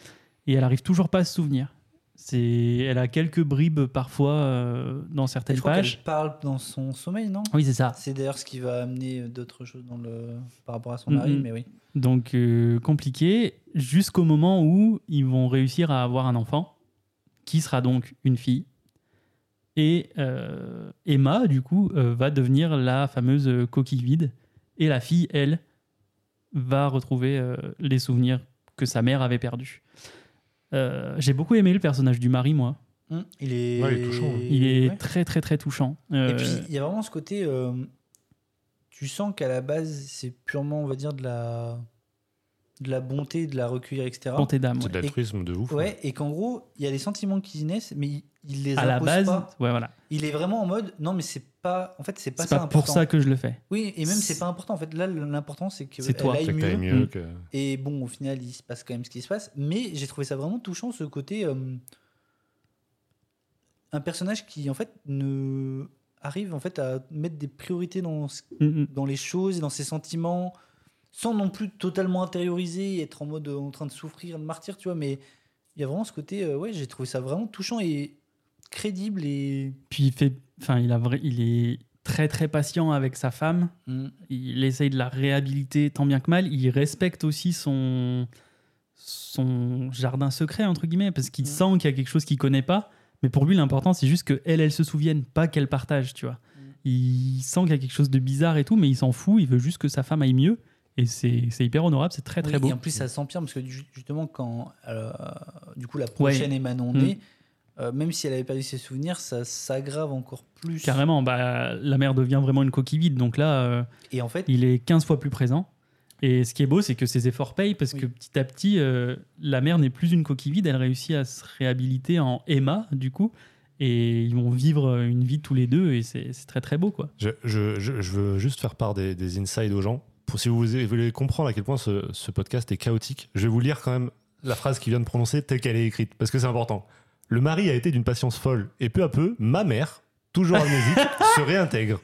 S1: et elle arrive toujours pas à se souvenir. C'est, elle a quelques bribes parfois euh, dans
S3: Et Je
S1: certaines
S3: crois
S1: pages.
S3: qu'elle parle dans son sommeil, non
S1: Oui, c'est ça.
S3: C'est d'ailleurs ce qui va amener d'autres choses dans le... par rapport à son
S1: Mhm.
S3: mari, mais oui.
S1: Donc euh, compliqué jusqu'au moment où ils vont réussir à avoir un enfant qui sera donc une fille. Et euh, Emma, du coup, euh, va devenir la fameuse coquille vide. Et la fille, elle, va retrouver euh, les souvenirs que sa mère avait perdus. Euh, J'ai beaucoup aimé le personnage du mari, moi.
S3: Mhm. Il est.
S2: Ouais, il est touchant, hein. ouais.
S1: Il est
S3: Ouais.
S1: très, très, très touchant.
S3: Et
S1: Euh,
S3: puis, il y a vraiment ce côté. euh, tu sens qu'à la base, c'est purement, on va dire, de la, de la bonté, de la recueillir, etc.
S1: bonté d'âme.
S2: C'est
S1: ouais.
S2: de l'altruisme de ouf. hein.
S3: Ouais, et qu'en gros, il y a des sentiments qui naissent, mais il, il les
S1: À la
S3: impose
S1: base,
S3: pas.
S1: ouais, voilà.
S3: Il est vraiment en mode, non, mais c'est pas. En fait, c'est pas
S1: c'est
S3: ça
S1: pas pour
S3: important.
S1: ça que je le fais.
S3: Oui, et même, c'est pas important. En fait, là, l'important, c'est que
S1: C'est toi.
S3: elle
S2: C'est
S3: aille
S2: que t'ailles
S3: mieux.
S2: mieux
S1: Mm.
S2: que.
S3: Et bon, au final, il se passe quand même ce qui se passe. Mais j'ai trouvé ça vraiment touchant, ce côté. euh, un personnage qui, en fait, ne arrive en fait à mettre des priorités dans ce
S1: Mm, mm.
S3: dans les choses et dans ses sentiments, sans non plus totalement intérioriser et être en mode euh, en train de souffrir, de martyr, tu vois. Mais il y a vraiment ce côté, euh, ouais, j'ai trouvé ça vraiment touchant et crédible et.
S1: Puis il fait, enfin, il a vrai, il est très très patient avec sa femme.
S3: hmm,
S1: Il essaye de la réhabiliter tant bien que mal. Il respecte aussi son son jardin secret entre guillemets parce qu'il
S3: Mm.
S1: sent qu'il y a quelque chose qu'il connaît pas. Mais pour lui, l'important c'est juste que elle, elle se souvienne, pas qu'elle partage, tu vois.
S3: Mm.
S1: Il sent qu'il y a quelque chose de bizarre et tout, mais il s'en fout. Il veut juste que sa femme aille mieux. Et c'est c'est hyper honorable, c'est très très
S3: Oui,
S1: beau.
S3: Et en plus, ça s'empire parce que ju- justement, quand euh, du coup la prochaine Emanon
S1: Mm.
S3: est, euh, même si elle avait perdu ses souvenirs, ça s'aggrave encore plus.
S1: Carrément, bah, la mère devient vraiment une coquille vide. Donc là, euh,
S3: Et en fait,
S1: il est 15 fois plus présent. Et ce qui est beau, c'est que ses efforts payent parce que
S3: Oui.
S1: petit à petit, euh, la mère n'est plus une coquille vide, elle réussit à se réhabiliter en Emma, du coup. Et ils vont vivre une vie tous les deux et c'est c'est très très beau, quoi.
S2: Je, je- je- je veux juste faire part des, des insides aux gens. Pour, si vous voulez comprendre à quel point ce, ce podcast est chaotique, je vais vous lire quand même la phrase qu'il vient de prononcer telle qu'elle est écrite, parce que c'est important. Le mari a été d'une patience folle, et peu à peu, ma mère, toujours amnésique, se réintègre.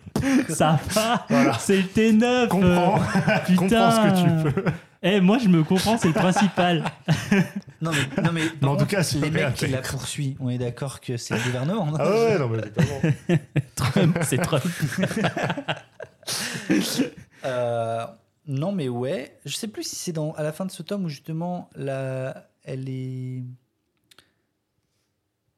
S1: Ça va C'est le T9
S2: Comprends,
S1: euh, Putain
S2: comprends ce que tu peux.
S1: Eh, moi je me comprends, c'est le principal
S3: non mais, non, mais, par
S2: Mais en tout
S3: contre,
S2: cas, c'est
S3: les mecs qui
S2: réintègre.
S3: la poursuit, on est d'accord que c'est hein. le gouvernement. non
S2: Ah ouais, non, mais c'est pas bon.
S1: Trump, c'est Trump.
S3: Euh, Non, mais ouais. Je sais plus si c'est dans à la fin de ce tome où justement la, elle est.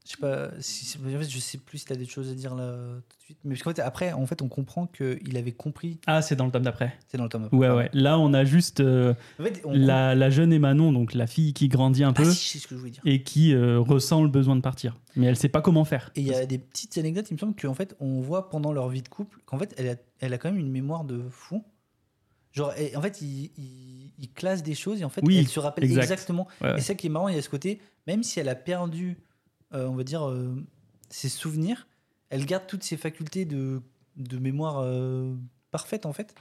S3: Je sais pas. Si, si- en fait, je sais plus si t'as des choses à dire là tout de suite. Mais parce qu'en fait, après, en fait, on comprend qu'il avait compris.
S1: Ah, c'est dans le tome d'après.
S3: C'est dans le tome. après.
S1: Ouais, ouais. Là, on a juste euh,
S3: En fait, on
S1: la, la jeune Emanon, donc la fille qui grandit un
S3: comprend-
S1: peu
S3: Ah, si, c'est ce que je voulais dire.
S1: et qui euh, ressent le besoin de partir. Mais elle sait pas comment faire.
S3: Et il y a des petites anecdotes, il me semble qu'en fait, on voit pendant leur vie de couple qu'en fait, elle a, elle a quand même une mémoire de fou. Genre, elle- en fait, il, il- il classe des choses et en fait,
S1: Oui,
S3: elle se rappelle
S1: exact.
S3: exactement.
S1: Ouais, ouais.
S3: Et ça qui est marrant, il y a ce côté, même si elle a perdu, euh, on va dire, euh, ses souvenirs, elle garde toutes ses facultés de, de mémoire euh, parfaite, en fait.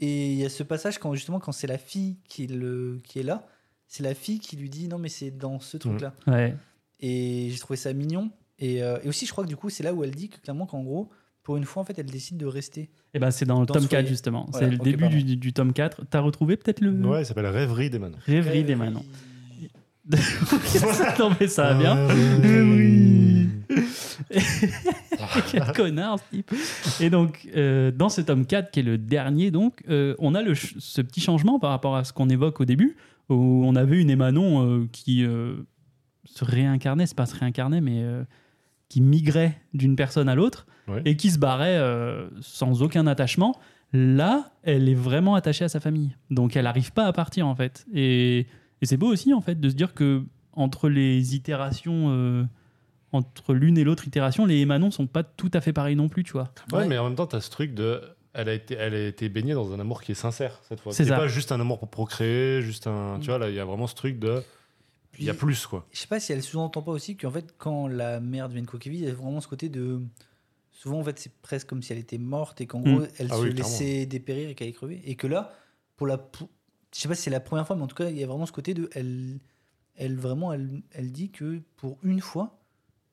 S3: Et il y a ce passage quand, justement, quand c'est la fille qui, le, qui est là, c'est la fille qui lui dit non, mais c'est dans
S1: Mmh.
S3: ce truc-là.
S1: Ouais.
S3: Et j'ai trouvé ça mignon. Et, euh, et aussi, je crois que du coup, c'est là où elle dit que, clairement qu'en gros, pour une fois, en fait, elle décide de rester.
S1: Et ben, c'est dans le
S3: Dans
S1: tome
S3: ce
S1: 4,
S3: foyer.
S1: justement.
S3: Voilà,
S1: c'est le
S3: ok,
S1: début du, du tome 4. T'as retrouvé peut-être le
S2: Ouais, il s'appelle Rêverie des Manons.
S1: rêverie des Manon. non, mais ça va bien.
S2: Rêverie.
S1: Quel connard, ce type. Et donc, euh, dans ce tome 4, qui est le dernier, donc, euh, on a le ch- ce petit changement par rapport à ce qu'on évoque au début, où on avait une Émanon euh, qui euh, se réincarnait, c'est pas se réincarnait, mais euh, qui migrait d'une personne à l'autre
S2: Ouais.
S1: et qui se barrait euh, sans aucun attachement. Là, elle est vraiment attachée à sa famille. Donc, elle n'arrive pas à partir, en fait. Et, et c'est beau aussi, en fait, de se dire que entre les itérations. euh, entre l'une et l'autre itération, les Emanons sont pas tout à fait pareils non plus, tu vois.
S2: Ouais,
S3: Ouais.
S2: mais en même temps, t'as ce truc de. Elle a, été, elle a été baignée dans un amour qui est sincère cette fois.
S1: C'est
S2: C'est
S1: ça.
S2: pas juste un amour pour procréer, juste un. Tu vois, là, il y a vraiment ce truc de. Il y a
S3: Puis-
S2: plus, quoi.
S3: Je sais pas si elle sous-entend pas aussi qu'en fait, quand la mère devient coquille, vide, elle a vraiment ce côté de. Souvent, en fait, c'est presque comme si elle était morte et qu'en
S1: Mm.
S3: gros, elle
S2: Ah
S3: se
S2: oui,
S3: laissait dépérir et qu'elle est crevée. Et que là, pour la. pou- Je sais pas si c'est la première fois, mais en tout cas, il y a vraiment ce côté de. Elle, elle vraiment, elle, elle dit que pour une fois,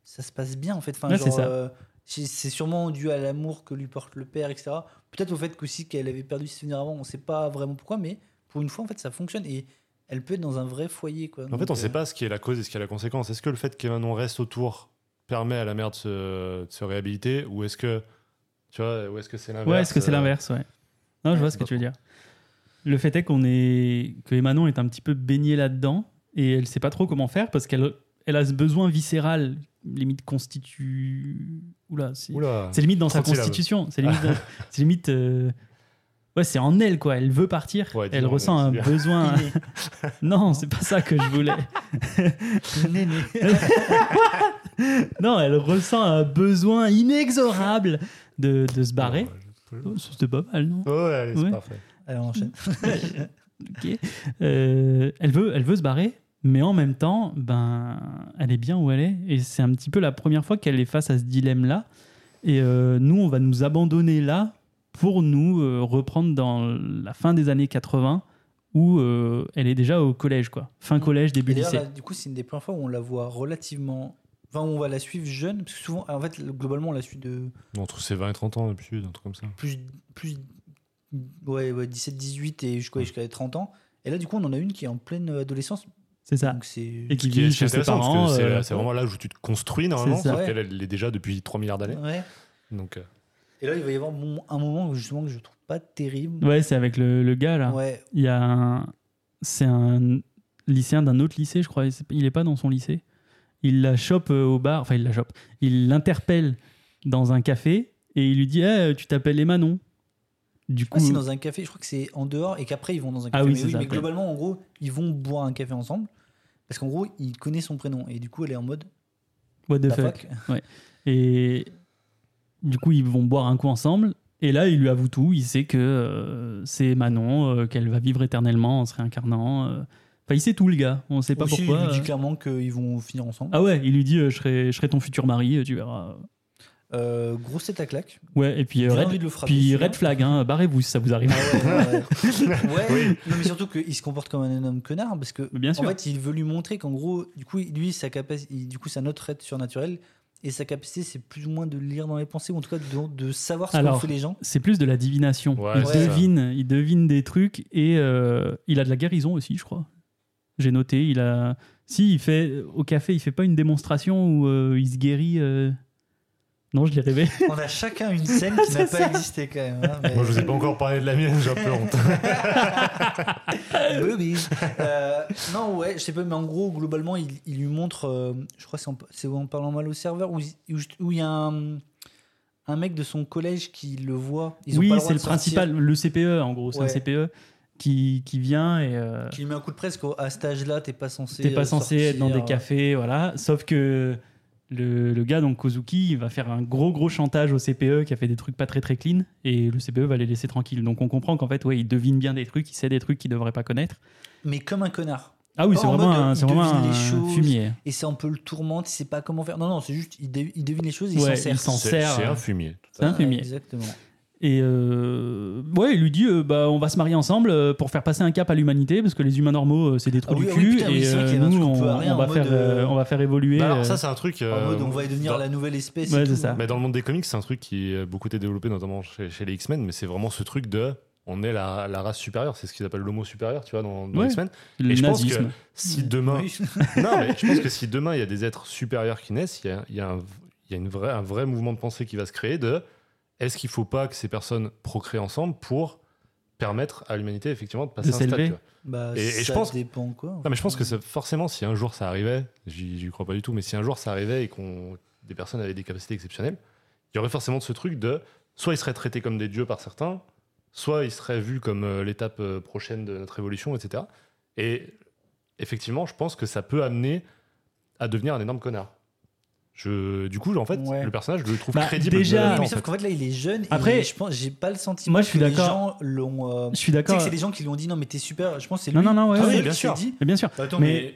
S3: ça se passe bien, en fait. Enfin,
S1: Ouais,
S3: genre,
S1: c'est ça.
S3: euh, c'est c'est sûrement dû à l'amour que lui porte le père, etc. Peut-être au fait qu'aussi qu'elle avait perdu ses souvenirs avant, on sait pas vraiment pourquoi, mais pour une fois, en fait, ça fonctionne. Et elle peut être dans un vrai foyer, quoi.
S2: En
S3: Donc,
S2: fait, on
S3: euh,
S2: sait pas ce qui est la cause et ce qui est la conséquence. Est-ce que le fait qu'Emanon reste autour permet à la mère de se, de se réhabiliter ou est-ce que. Tu vois, ou est-ce que c'est l'inverse
S1: Ouais, est-ce que c'est
S2: euh,
S1: l'inverse Ouais. Non, je vois ce que tu veux dire. Le fait est qu'on est que Emanon est un petit peu baignée là-dedans et elle sait pas trop comment faire parce qu'elle elle a ce besoin viscéral limite constitu oula c'est
S2: Oula. hein,
S1: c'est limite dans sa
S2: Trop de syllabes.
S1: constitution c'est limite dans- c'est limite euh, ouais c'est en elle quoi elle veut partir
S2: Ouais, dis
S1: elle
S2: donc,
S1: ressent
S2: ouais,
S1: un
S2: c'est bien.
S1: besoin
S3: il est-
S1: non c'est pas ça que je voulais
S3: Néné.
S1: non elle ressent un besoin inexorable de, de se barrer
S2: Ouais,
S1: Oh, C'était pas mal, non
S2: ouais, allez, c'est
S1: Ouais.
S2: parfait.
S3: Alors on enchaîne.
S1: Ok. Euh, elle, veut, elle veut se barrer, mais en même temps, ben, elle est bien où elle est. Et c'est un petit peu la première fois qu'elle est face à ce dilemme-là. Et euh, nous, on va nous abandonner là pour nous euh, reprendre dans la fin des années 80 où euh, elle est déjà au collège, quoi. Fin collège, début
S3: Mmh. Et d'ailleurs,
S1: lycée.
S3: là, du coup, c'est une des premières fois où on la voit relativement. Enfin, on va la suivre jeune, parce que souvent, en fait, globalement, on la suit de
S2: Entre ses 20 et 30 ans, d'habitude, un truc comme ça.
S3: plus. plus ouais, ouais, 17, 18 et jusqu'à jusqu'à 30 ans. Et là, du coup, on en a une qui est en pleine adolescence.
S1: C'est ça.
S3: Donc, c'est.
S1: Et qui
S2: Ce qui est
S1: vit
S2: ce qui
S1: chez
S2: est
S1: ses
S2: intéressant,
S1: parents.
S2: parce que c'est
S1: euh,
S2: c'est vraiment là où tu te construis normalement,
S1: C'est ça.
S2: sauf
S3: Ouais.
S2: qu'elle elle l'est déjà depuis 3 milliards d'années.
S3: Ouais.
S2: Donc, euh,
S3: Et là, il va y avoir mon- un moment où, justement que je trouve pas terrible.
S1: Ouais, c'est avec le, le gars, là.
S3: Ouais.
S1: Il y a un... C'est un lycéen d'un autre lycée, je crois. Il- Il n'est pas dans son lycée. Il la chope euh, au bar. Enfin, il la chope. Il l'interpelle dans un café et il lui dit Eh, Tu t'appelles Emanon. Du
S3: Ah,
S1: coup,
S3: c'est dans un café, je crois que c'est en dehors et qu'après ils vont dans un
S1: Ah
S3: café.
S1: oui,
S3: mais,
S1: c'est ça,
S3: mais
S1: ouais.
S3: globalement, en gros, ils vont boire un café ensemble parce qu'en gros, il connaît son prénom et du coup, elle est en mode
S1: what the
S3: the
S1: fuck
S3: fuck.
S1: Et du coup, ils vont boire un coup ensemble. Et là, il lui avoue tout. Il sait que euh, c'est Manon, euh, qu'elle va vivre éternellement en se réincarnant. euh. Enfin, il sait tout, le gars. On ne sait pas
S3: Aussi,
S1: pourquoi.
S3: Il lui
S1: euh.
S3: dit clairement qu'ils vont finir ensemble.
S1: Ah ouais, il lui dit euh, je, serai, je serai ton futur mari, euh, tu verras.
S3: Euh, grosse tête à claque.
S1: Ouais, et puis euh,
S3: J'ai
S1: Red-
S3: envie de le frapper.
S1: Puis
S3: celui-là.
S1: red flag, hein, barrez-vous si ça vous arrive.
S3: Ah ouais, ouais, ouais. Ouais, non, mais surtout qu'il se comporte comme un énorme connard parce que
S1: Mais bien sûr.
S3: en fait il veut lui montrer qu'en gros du coup lui sa capacité du coup sa autre trait surnaturelle et sa capacité c'est plus ou moins de lire dans les pensées ou en tout cas de, de savoir ce qu'ont
S1: Alors,
S3: fait les gens.
S1: C'est plus de la divination.
S2: Ouais,
S1: il,
S3: c'est ça.
S1: devine, il devine des trucs et euh, il a de la guérison aussi, je crois. J'ai noté, il a. Si, il fait. Au café, il fait pas une démonstration où euh, il se guérit. euh, Non, je l'ai rêvé.
S3: On a chacun une scène qui n'a pas existé quand même. hein, mais-
S2: Moi, je vous ai pas encore parlé de la mienne, j'ai un peu honte.
S3: Boobies. Euh, non, ouais, je sais pas, mais en gros, globalement, il, il lui montre, euh, je crois, que c'est en, c'est en parlant mal au serveur, où il où- où il y a un, un mec de son collège qui le voit. Ils ont
S1: oui,
S3: pas droit
S1: c'est le
S3: de sortir,
S1: principal, le CPE en gros, c'est
S3: Ouais.
S1: un CPE qui, qui vient et euh,
S3: Qui lui met un coup de presse qu'à cet âge-là, t'es pas censé.
S1: t'es pas
S3: euh,
S1: censé
S3: sortir. euh,
S1: être dans des cafés, voilà. Sauf que le, le gars, donc Kozuki, il va faire un gros gros chantage au CPE qui a fait des trucs pas très très clean et le CPE va les laisser tranquilles. Donc on comprend qu'en fait, ouais, il devine bien des trucs, il sait des trucs qu'il devrait pas connaître.
S3: euh, Mais comme un connard.
S1: Ah oui,
S3: Pas
S1: c'est
S3: Oh, en
S1: vraiment,
S3: mode, euh,
S1: un,
S3: il
S1: c'est vraiment
S3: devine les
S1: un
S3: choses,
S1: fumier.
S3: Et c'est un peu le tourment, il sait pas comment faire. Non, non, c'est juste, il, dé- il devine les choses, il
S1: Ouais,
S3: s'en sert.
S1: il s'en
S2: C'est
S1: sert.
S2: c'est un fumier.
S1: C'est un
S3: Ouais,
S1: fumier.
S3: Exactement.
S1: Et euh, ouais, il lui dit euh, bah, on va se marier ensemble euh, pour faire passer un cap à l'humanité parce que les humains normaux, euh, c'est des trous
S3: Ah oui,
S1: du
S3: ah oui,
S1: cul.
S3: putain, oui,
S1: et
S3: c'est vrai qu'il y
S1: euh,
S3: avait un
S1: nous,
S3: truc
S1: on,
S3: un peu arrière
S1: on va
S3: en
S1: faire,
S3: mode, euh,
S1: euh, on va faire évoluer.
S2: Bah alors, ça,
S1: euh,
S2: c'est un truc.
S3: En
S2: euh,
S3: mode, on va devenir
S2: dans- Bah,
S3: la nouvelle espèce. et
S1: Ouais, c'est
S3: tout.
S1: ça.
S2: Mais dans le monde des comics, c'est un truc qui a beaucoup été développé, notamment chez, chez les X-Men, mais c'est vraiment ce truc de on est la, la race supérieure, c'est ce qu'ils appellent l'homo supérieur, tu vois, dans, dans
S1: Ouais.
S2: X-Men.
S1: le
S2: Et je pense
S1: nazisme.
S2: que si demain,
S3: Oui.
S2: non, mais je pense que si demain il y a des êtres supérieurs qui naissent, il y a, il y a un, il y a une vraie, un vrai mouvement de pensée qui va se créer de est-ce qu'il faut pas que ces personnes procréent ensemble pour permettre à l'humanité effectivement de passer
S1: De
S2: un stade.
S1: s'élever.
S2: tu vois.
S3: Bah,
S2: Et- et je
S3: ça
S2: pense-
S3: dépend quoi.
S2: Non, mais je pense que c'est- forcément, si un jour ça arrivait, j'y j'y crois pas du tout, mais si un jour ça arrivait et qu'on des personnes avaient des capacités exceptionnelles, il y aurait forcément ce truc de soit ils seraient traités comme des dieux par certains, soit ils seraient vus comme euh, l'étape euh, prochaine de notre évolution, etc. Et effectivement, je pense que ça peut amener à devenir un énorme connard. Je, du coup, en fait,
S3: Ouais.
S2: le personnage, je le trouve
S1: Bah,
S2: crédible.
S1: déjà- Oui,
S2: de-
S3: Oui, mais
S2: en
S1: Attends,
S3: sauf
S2: fait.
S3: qu'en fait là il est jeune.
S1: Après-
S3: Après, je pense, j'ai pas le sentiment.
S1: Moi, je suis
S3: que
S1: d'accord.
S3: Les gens l'ont. euh,
S1: Je suis
S3: Tu sais
S1: d'accord.
S3: que c'est les gens qui lui ont dit non mais t'es super. Je pense que c'est lui.
S1: Non, non, non, ouais,
S3: tout
S2: oui,
S1: ouais.
S3: seul
S2: bien
S3: qui
S2: sûr.
S3: s'est dit,
S1: Mais bien sûr.
S3: Bah, Attends,
S1: mais-
S2: mais,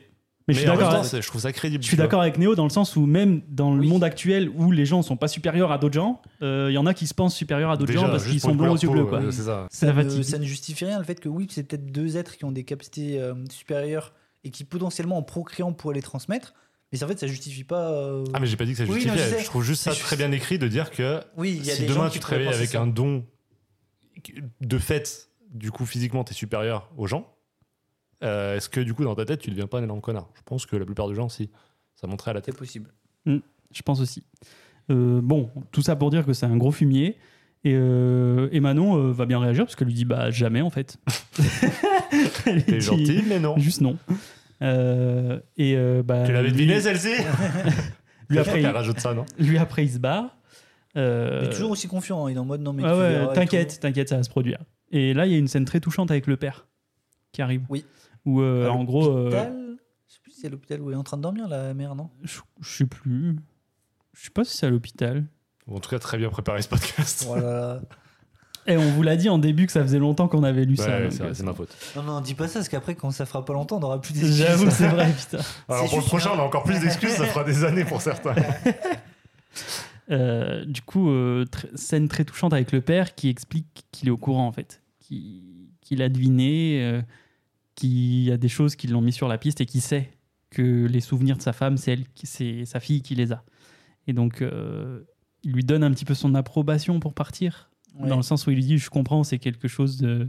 S1: Mais je suis
S2: en même
S1: d'accord.
S2: temps,
S1: avec-
S2: c'est- je trouve ça crédible.
S1: Je
S2: tu
S1: suis
S2: vois.
S1: d'accord avec Néo dans le sens où même dans le
S3: Oui.
S1: monde actuel où les gens sont pas supérieurs à d'autres gens, euh, il y en a qui se pensent supérieurs à d'autres
S2: Déjà,
S1: gens parce
S2: juste
S1: qu'ils
S2: pour
S1: sont
S2: une
S1: bons aux
S2: couleur
S1: yeux bleus
S2: peau,
S1: quoi.
S2: euh, C'est ça.
S1: la
S3: ça, ne,
S1: fatigue.
S3: ça ne justifie rien le fait que oui c'est peut-être deux êtres qui ont des capacités euh, supérieures et qui potentiellement en procréant pourraient les transmettre. Mais ça, en fait ça justifie pas. euh,
S2: Ah, mais j'ai pas dit que ça
S3: Oui, non, je
S2: justifiait.
S3: sais.
S2: je trouve juste ça
S3: Je-
S2: très bien écrit de dire que
S3: Oui il y a
S2: si
S3: des
S2: demain
S3: gens qui
S2: tu te
S3: pourraient
S2: réveilles
S3: penser
S2: avec
S3: ça.
S2: un don, de fait, du coup physiquement t'es supérieur aux gens, euh, est-ce que du coup dans ta tête tu deviens pas un énorme connard Je pense que la plupart des gens si. Ça montrait à la
S3: C'est
S2: tête.
S3: possible.
S1: Je pense aussi. Euh, bon, tout ça pour dire que c'est un gros fumier. Et, euh, et Manon euh, va bien réagir parce qu'elle lui dit bah jamais en fait. Elle lui
S2: T'es
S1: dit
S2: gentil, mais non.
S1: Juste non. Euh, et euh, bah,
S2: Tu l'avais
S1: lui-
S2: deviné celle-ci
S1: Lui
S2: Lui
S1: après,
S2: après
S1: il-
S2: elle rajoute ça, non
S1: Lui après il se barre. Euh,
S3: Mais toujours aussi confiant. hein, Il est en mode non mais.
S1: Ah
S3: tu
S1: ouais,
S3: verras et
S1: t'inquiète,
S3: tout.
S1: t'inquiète, ça va se produire. Et là, il y a une scène très touchante avec le père qui arrive.
S3: Oui.
S1: Où, euh,
S3: À
S1: en gros, euh,
S3: L'hôpital, Je sais plus si c'est l'hôpital où elle est en train de dormir la mère non.
S1: je je sais plus. Je sais pas si c'est à l'hôpital.
S2: Ou En tout cas, très bien préparé ce podcast.
S3: Voilà.
S1: Et on vous l'a dit en début que ça faisait longtemps qu'on avait lu
S2: Ouais,
S1: ça.
S2: ouais,
S1: donc,
S2: c'est vrai,
S1: euh,
S2: c'est ma faute.
S3: Non non dis pas ça parce qu'après quand ça fera pas longtemps on aura plus d'excuses.
S1: J'avoue, c'est vrai, putain.
S2: Alors pour le
S3: juste
S2: prochain, on a encore plus d'excuses, ça fera des années pour certains.
S1: Euh, du coup, euh, tr- scène très touchante avec le père qui explique qu'il est au courant en fait, qui- qu'il a deviné, euh, qu'il y a des choses qui l'ont mis sur la piste et qui sait que les souvenirs de sa femme, c'est elle, qui- c'est sa fille qui les a. Et donc, euh, il lui donne un petit peu son approbation pour partir,
S3: Ouais.
S1: dans le sens où il lui dit, je comprends, c'est quelque chose de-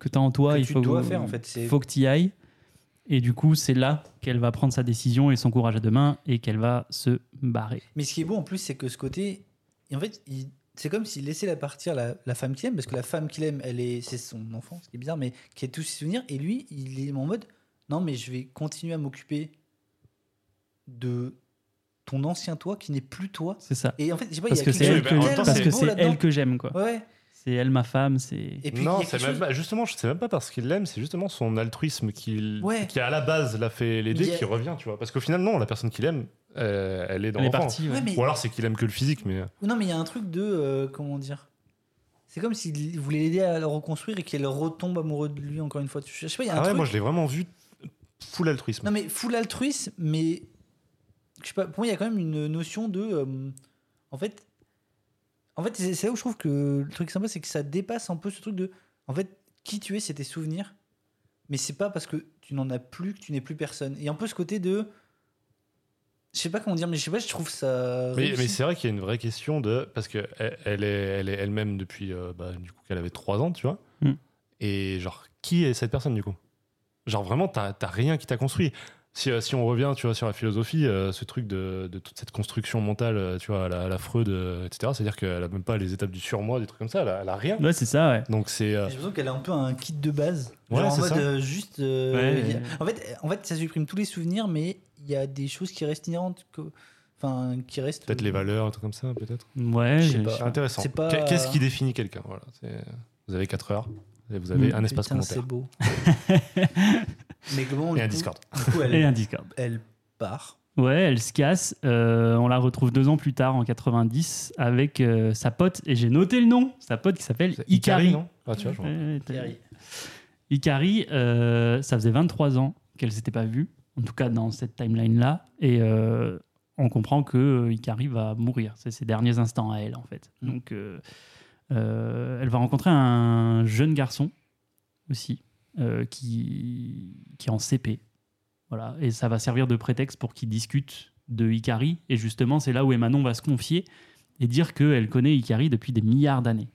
S1: que tu as en toi,
S3: Que
S1: il
S3: tu
S1: faut,
S3: dois faire en fait. C'est
S1: faut que tu y ailles. Et du coup, c'est là qu'elle va prendre sa décision et son courage à deux mains et qu'elle va se barrer.
S3: Mais ce qui est beau en plus, c'est que ce côté, et en fait, il- c'est comme s'il laissait la partir la, la femme qu'il aime, parce que la femme qu'il aime, elle est, c'est son enfant, ce qui est bizarre, mais qui a tous ses souvenirs, et lui, il est en mode, non, mais je vais continuer à m'occuper de ton ancien toi qui n'est plus toi.
S1: C'est ça.
S3: Et en fait, je sais pas, il y
S1: parce
S3: a
S1: que
S3: quelque
S1: c'est
S2: chose
S1: elle
S2: de
S1: que,
S2: bien. En même temps,
S1: parce
S2: c'est
S1: que
S3: beau
S1: c'est
S3: là-dedans.
S1: elle que j'aime quoi.
S3: Ouais.
S1: C'est elle ma femme, c'est
S3: Et puis,
S2: non,
S3: il y a
S2: c'est
S3: quelque
S2: même
S3: chose-
S2: pas- justement, je sais même pas parce qu'il l'aime, c'est justement son altruisme qui,
S3: Ouais.
S2: qui à la base l'a fait l'aider
S3: Il y a-
S2: qui revient, tu vois. Parce qu'au final, non, la personne qu'il aime, euh, elle est dans
S1: elle est
S2: l'enfant.
S1: partie. ouais.
S3: Ouais, mais-
S2: Ou alors c'est qu'il aime que le physique, mais
S3: Non, mais il y a un truc de, euh, comment dire. C'est comme s'il voulait l'aider à le reconstruire et qu'elle retombe amoureuse de lui encore une fois. Je sais pas, il y a un
S2: ah ouais,
S3: truc.
S2: moi je l'ai vraiment vu full altruisme.
S3: Non, mais full altruisme, mais. Je sais pas, pour moi, il y a quand même une notion de. euh, en fait. En fait, c'est c'est là où je trouve que le truc sympa, c'est que ça dépasse un peu ce truc de. En fait, qui tu es, c'est tes souvenirs. Mais c'est pas parce que tu n'en as plus que tu n'es plus personne. Et un peu ce côté de. Je sais pas comment dire, mais je sais pas, je trouve ça.
S2: Mais,
S3: réussi.
S2: mais c'est vrai qu'il y a une vraie question de. Parce qu'elle elle est elle est elle-même depuis. euh, bah, du coup, qu'elle avait 3 ans, tu vois.
S1: Mm.
S3: Hmm.
S2: Et genre, qui est cette personne, du coup Genre, vraiment, t'as t'as rien qui t'a construit. si, euh, si on revient tu vois, sur la philosophie, euh, ce truc de, de toute cette construction mentale, euh, tu vois, à la, à la Freud, euh, etc., c'est-à-dire qu'elle a même pas les étapes du surmoi, des trucs comme ça, elle a, elle a rien.
S1: Ouais, c'est ça, ouais.
S2: Donc c'est. euh,
S3: J'ai l'impression qu'elle a un peu un kit de base.
S2: Ouais,
S3: Genre en
S2: c'est
S3: mode
S2: ça.
S3: euh, juste. euh,
S1: Ouais,
S3: il y a-
S1: ouais.
S3: En, fait, en fait, ça supprime tous les souvenirs, mais il y a des choses qui restent inhérentes. que- Enfin, qui restent.
S2: Peut-être les valeurs, un truc comme ça, peut-être.
S1: Ouais,
S3: Je sais
S1: j'ai-
S3: pas.
S2: C'est intéressant.
S3: C'est pas-
S2: Qu'est- Qu'est-ce qui définit quelqu'un voilà, c'est- Vous avez 4 heures, et vous avez
S3: Hmm.
S1: Mm.
S2: un espace
S3: Putain,
S2: commentaire
S3: c'est beau. mais comment
S2: et un
S3: du coup-
S2: Discord.
S3: du coup,
S1: Et
S3: elle,
S1: un Discord.
S3: elle part.
S1: Ouais, elle se casse. Euh, on la retrouve deux ans plus tard, en 90, avec euh, sa pote, et j'ai noté le nom, sa pote qui s'appelle
S2: C'est
S1: Ikari.
S2: non Ah, tu vois, je vois.
S1: Ouais, t'as- Ikari, euh, ça faisait 23 ans qu'elle s'était pas vue, en tout cas dans cette timeline-là, et euh, on comprend que euh, Ikari va mourir. C'est ses derniers instants à elle, en fait.
S3: Mm.
S1: Donc, euh, euh, elle va rencontrer un jeune garçon aussi, euh, qui, qui est en CP. Voilà. Et ça va servir de prétexte pour qu'ils discutent de Ikari. Et justement, c'est là où Emanon va se confier et dire qu'elle connaît Ikari depuis des milliards d'années.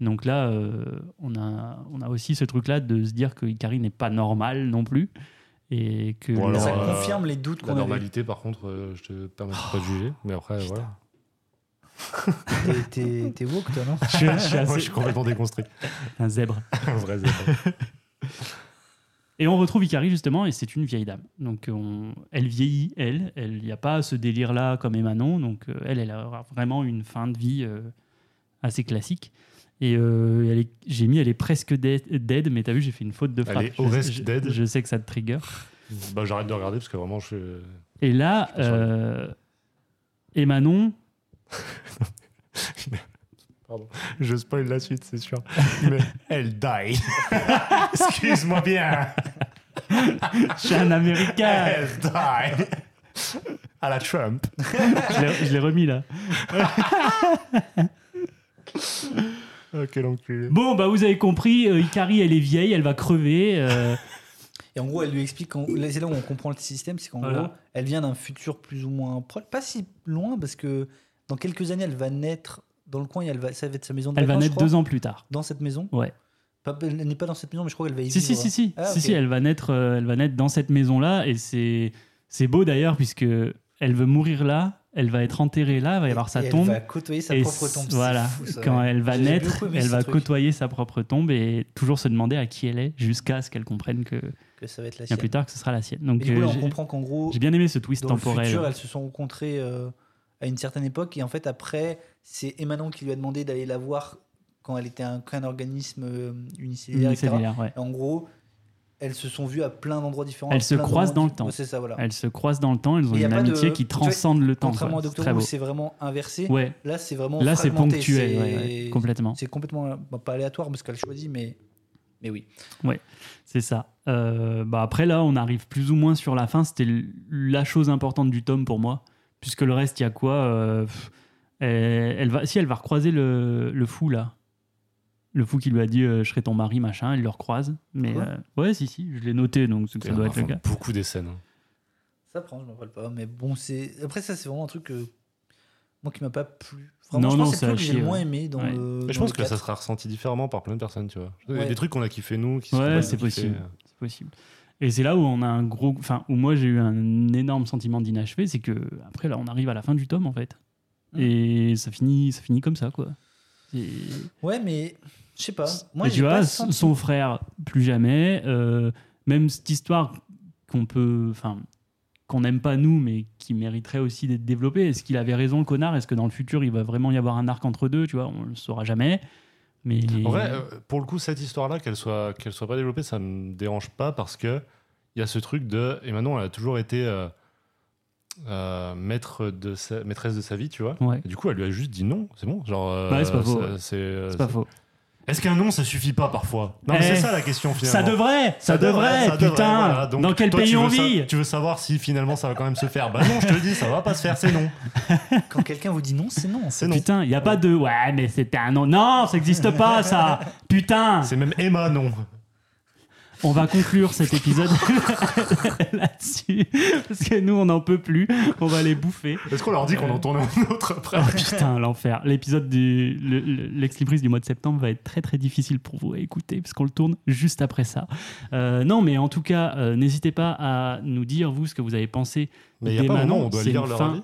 S1: Donc là, euh, on, a, on a aussi ce truc-là de se dire que Ikari n'est pas normal non plus. Et que
S2: Bon, alors,
S3: ça
S2: euh,
S3: confirme les doutes
S2: La
S3: qu'on avait.
S2: normalité, par contre, euh, je te permets pas de juger, mais après, voilà.
S3: T'es- T'es t'es woke, toi, non
S1: je, je suis
S2: Moi,
S1: assez-
S2: je suis complètement déconstruit.
S1: un zèbre.
S2: Un vrai zéro.
S1: Et on retrouve Ikari justement, et c'est une vieille dame. Donc euh, on- elle vieillit, elle. Elle n'y a pas ce délire-là comme Emanon. Donc euh, elle, elle aura vraiment une fin de vie euh, assez classique. Et euh, elle est- j'ai mis, elle est presque dead, dead, mais t'as vu, j'ai fait une faute de frappe.
S2: est au
S1: Je-
S2: reste
S1: je-
S2: dead.
S1: Je sais que ça te trigger.
S2: Bah, J'arrête de regarder parce que vraiment, je euh, suis.
S1: Et là,
S2: Je pense
S1: euh, Emanon,
S2: Je spoil la suite, c'est sûr. Mais elle die. Excuse-moi bien.
S1: je suis un américain.
S2: Elle die. À la Trump.
S1: je l'ai- je l'ai remis là.
S2: Oh, quel enculé.
S1: Bon, bah vous avez compris, euh, Ikari, elle est vieille, elle va crever. euh,
S3: Et en gros, elle lui explique. qu'en- là, C'est là où on comprend le système, c'est qu'en
S1: Voilà.
S3: gros, elle vient d'un futur plus ou moins proche, pas si loin, parce que dans quelques années, elle va naître dans le coin et elle va, ça va être sa maison de
S1: elle va
S3: vacances,
S1: naître
S3: je crois,
S1: deux ans plus tard.
S3: dans cette maison.
S1: Ouais.
S3: Pas- elle n'est pas dans cette maison, mais je crois qu'elle va y
S1: Si, si,
S3: vivre.
S1: si, si,
S3: Ah,
S1: si,
S3: ok.
S1: si, elle va naître, euh, elle va naître dans cette maison-là, et c'est, c'est beau d'ailleurs puisque elle veut mourir là, elle va être enterrée là, il va y avoir
S3: Et
S1: sa
S3: elle
S1: tombe.
S3: va côtoyer sa
S1: et
S3: propre
S1: c-
S3: tombe. c'est
S1: Voilà,
S3: fou, ça,
S1: quand
S3: ouais.
S1: elle va
S3: J'ai
S1: naître,
S3: beaucoup aimé
S1: elle
S3: ce
S1: va
S3: truc.
S1: côtoyer sa propre tombe et toujours se demander à qui elle est jusqu'à ce qu'elle comprenne que
S3: Que ça va être la
S1: bien
S3: sienne.
S1: plus tard que ce sera la sienne.
S3: Mais
S1: Donc
S3: du coup,
S1: euh,
S3: là, on
S1: j'ai,
S3: comprend qu'en gros,
S1: j'ai bien aimé ce twist
S3: dans le
S1: temporel.
S3: futur, elles se sont rencontrées euh, à une certaine époque. Et en fait, après, c'est Emanon qui lui a demandé d'aller la voir quand elle était un, qu'un organisme euh, unicellulaire, etc.
S1: Unicellulaire, ouais.
S3: Et en gros, elles se sont vues à plein d'endroits différents.
S1: Elles
S3: à
S1: se
S3: plein
S1: croisent
S3: d'endroits
S1: dans le temps.
S3: différents. C'est ça, voilà.
S1: Elles se croisent dans le temps, elles ont
S3: Et y a
S1: une
S3: pas de-
S1: amitié qui
S3: tu vois,
S1: transcende le temps.
S3: Contrairement
S1: quoi.
S3: à
S1: C'est
S3: Doctor
S1: très
S3: Who,
S1: beau.
S3: c'est vraiment inversé.
S1: Ouais,
S3: Là, c'est vraiment
S1: là c'est
S3: fragmenté,
S1: ponctuel,
S3: c'est-
S1: ouais, ouais, complètement.
S3: C'est complètement bah, pas aléatoire parce qu'elle choisit, mais mais oui.
S1: C'est ça. Euh, bah après, là, on arrive plus ou moins sur la fin. C'était l- la chose importante du tome pour moi. Puisque le reste, il y a quoi euh, pff, elle, elle va, Si, elle va recroiser le, le fou, là. Le fou qui lui a dit euh, Je serai ton mari, machin. Elle le recroise. Mais
S3: Ouais.
S1: euh, ouais, si, si, je l'ai noté, donc c'est que ça doit être le cas.
S2: Beaucoup des scènes. hein.
S3: Ça prend, je m'en rappelle pas. Mais bon, c'est après ça, c'est vraiment un truc que- moi qui m'a pas plu. Vraiment,
S1: Non,
S3: je
S1: non,
S3: pense que
S1: ça
S3: c'est
S1: a
S3: le truc que j'ai
S1: chier,
S3: le moins
S1: ouais.
S3: aimé dans
S1: Ouais.
S3: le.
S2: Mais je
S3: dans le
S2: pense que ça
S3: quatre.
S2: sera ressenti différemment par plein de personnes, tu vois. Il y a
S3: Ouais.
S2: Des trucs qu'on a kiffé nous. Qui se
S1: Ouais,
S2: sont pas
S1: c'est
S2: kiffés. euh,
S1: possible. C'est possible. Et c'est là où on a un gros. Enfin, où moi j'ai eu un énorme sentiment d'inachevé. C'est que, après, là, on arrive à la fin du tome, en fait.
S3: Mhm.
S1: Et ça finit, ça finit comme ça, quoi. C'est.
S3: Ouais, mais je sais pas. Moi,
S1: Et
S3: j'ai
S1: tu vois,
S3: pas
S1: s-
S3: senti-
S1: son frère, plus jamais. euh, même cette histoire qu'on peut, enfin, qu'on n'aime pas nous, mais qui mériterait aussi d'être développée. Est-ce qu'il avait raison, le connard Est-ce que dans le futur, il va vraiment y avoir un arc entre deux Tu vois, on le saura jamais. Mais
S2: En vrai, euh, pour le coup, cette histoire-là, qu'elle soit, qu'elle soit pas développée, ça me dérange pas parce que il y a ce truc de. Et maintenant, elle a toujours été euh, euh, maître de sa- maîtresse de sa vie, tu vois.
S1: ouais,
S2: Et du coup, elle lui a juste dit non, c'est bon. Genre, euh,
S1: Ouais, c'est pas faux,
S2: ça-
S1: ouais.
S2: c'est, euh,
S1: c'est pas faux.
S2: Est-ce qu'un nom ça suffit pas parfois Non,
S1: Eh,
S2: mais c'est ça la question finalement.
S1: Ça devrait, ça, devrait,
S2: ça devrait,
S1: putain.
S2: voilà. Donc,
S1: dans quel
S2: toi,
S1: pays
S2: tu veux
S1: on
S2: sa-
S1: vit
S2: Tu veux savoir si finalement ça va quand même se faire Bah non, je te le dis, ça va pas se faire, c'est non.
S3: Quand quelqu'un vous dit non, c'est non.
S2: C'est non.
S1: Putain, il n'y a pas de. Ouais, mais c'était un nom. Non, ça n'existe pas, ça. Putain.
S2: C'est même Emma non.
S1: On va conclure cet épisode là-dessus, parce que nous, on n'en peut plus. On va les bouffer.
S2: Est-ce qu'on leur dit qu'on en tourne un autre après
S1: Oh putain, l'enfer. L'épisode du le- le- l'ex-libris du mois de septembre va être très très difficile pour vous à écouter parce qu'on le tourne juste après ça. Euh, non, mais en tout cas, euh, n'hésitez pas à nous dire vous ce que vous avez pensé.
S2: Mais il n'y a
S1: Des
S2: pas un
S1: Manon,
S2: moment où on doit
S1: c'est
S2: lire
S1: une
S2: leur
S1: fin.
S2: avis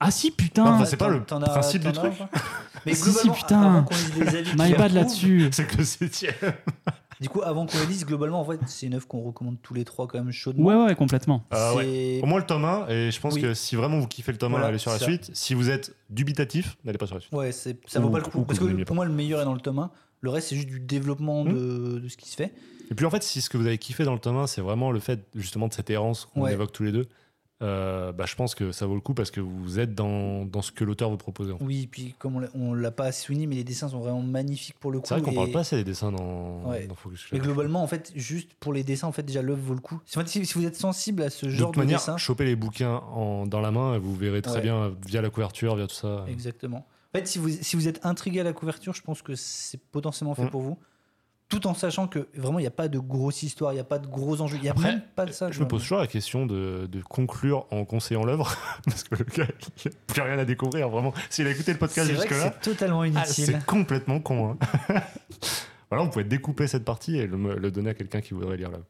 S1: Ah si, putain,
S2: Enfin,
S3: T'en-
S2: c'est pas le
S3: t'en as-
S2: principe
S3: t'en
S2: du
S3: as
S2: truc.
S3: ou pas Mais
S1: Si, si,
S3: globalement,
S1: putain.
S3: avant qu'on lise les avis qui
S2: bah,
S1: my bad
S3: approuvent,
S1: là-dessus.
S2: C'est que le septième.
S3: Du coup, avant qu'on les lise, globalement, en fait, c'est une œuvre qu'on recommande tous les trois quand même chaudement.
S1: Ouais, ouais, complètement.
S2: Ah ouais.
S3: C'est-
S2: Au moins le tome 1, et je pense
S3: Oui.
S2: que si vraiment vous kiffez le tome 1,
S3: Voilà,
S2: allez sur la
S3: c'est ça.
S2: suite. Si vous êtes dubitatif, n'allez pas sur la suite.
S3: Ouais, c'est- ça vaut
S2: Ou-
S3: pas le
S2: ou
S3: coup.
S2: que
S3: Parce
S2: vous
S3: que
S2: n'aimiez
S3: pour moi, le meilleur est dans le tome 1. Le reste, c'est juste du développement
S2: Hmm.
S3: de, de ce qui se fait.
S2: Et puis en fait, si ce que vous avez kiffé dans le tome 1, c'est vraiment le fait justement de cette errance qu'on
S3: Ouais.
S2: évoque tous les deux, euh, bah, je pense que ça vaut le coup parce que vous êtes dans, dans ce que l'auteur vous proposait. en fait.
S3: Oui, puis comme on l'a- on l'a pas souligné, mais les dessins sont vraiment magnifiques pour le coup.
S2: C'est vrai qu'on
S3: et-
S2: parle pas assez des dessins dans,
S3: Ouais.
S2: dans Focus Club.
S3: Mais globalement, en fait, juste pour les dessins, en fait, déjà l'œuvre vaut le coup. Si, en fait, si- si vous êtes sensible à ce
S2: de
S3: genre
S2: toute
S3: de,
S2: manière,
S3: dessin,
S2: chopez les bouquins en- dans la main et vous verrez très
S3: Ouais.
S2: bien euh, via la couverture, via tout ça.
S3: exactement. En fait, si vous, si vous êtes intrigué à la couverture, je pense que c'est potentiellement fait
S2: Mm.
S3: pour vous. Tout en sachant que vraiment, il n'y a pas de grosse histoire, il n'y a pas de gros enjeux, il n'y a
S2: Après,
S3: même pas de ça.
S2: Je me pose toujours la question de, de conclure en conseillant l'œuvre parce que le gars, il n'a plus rien à découvrir vraiment. S'il a écouté le
S3: C'est
S2: podcast
S3: vrai que
S2: jusque-là,
S3: c'est totalement
S2: Ah,
S3: inutile.
S2: C'est complètement con. hein. voilà, on pouvait découper cette partie et le, le donner à quelqu'un qui voudrait lire là.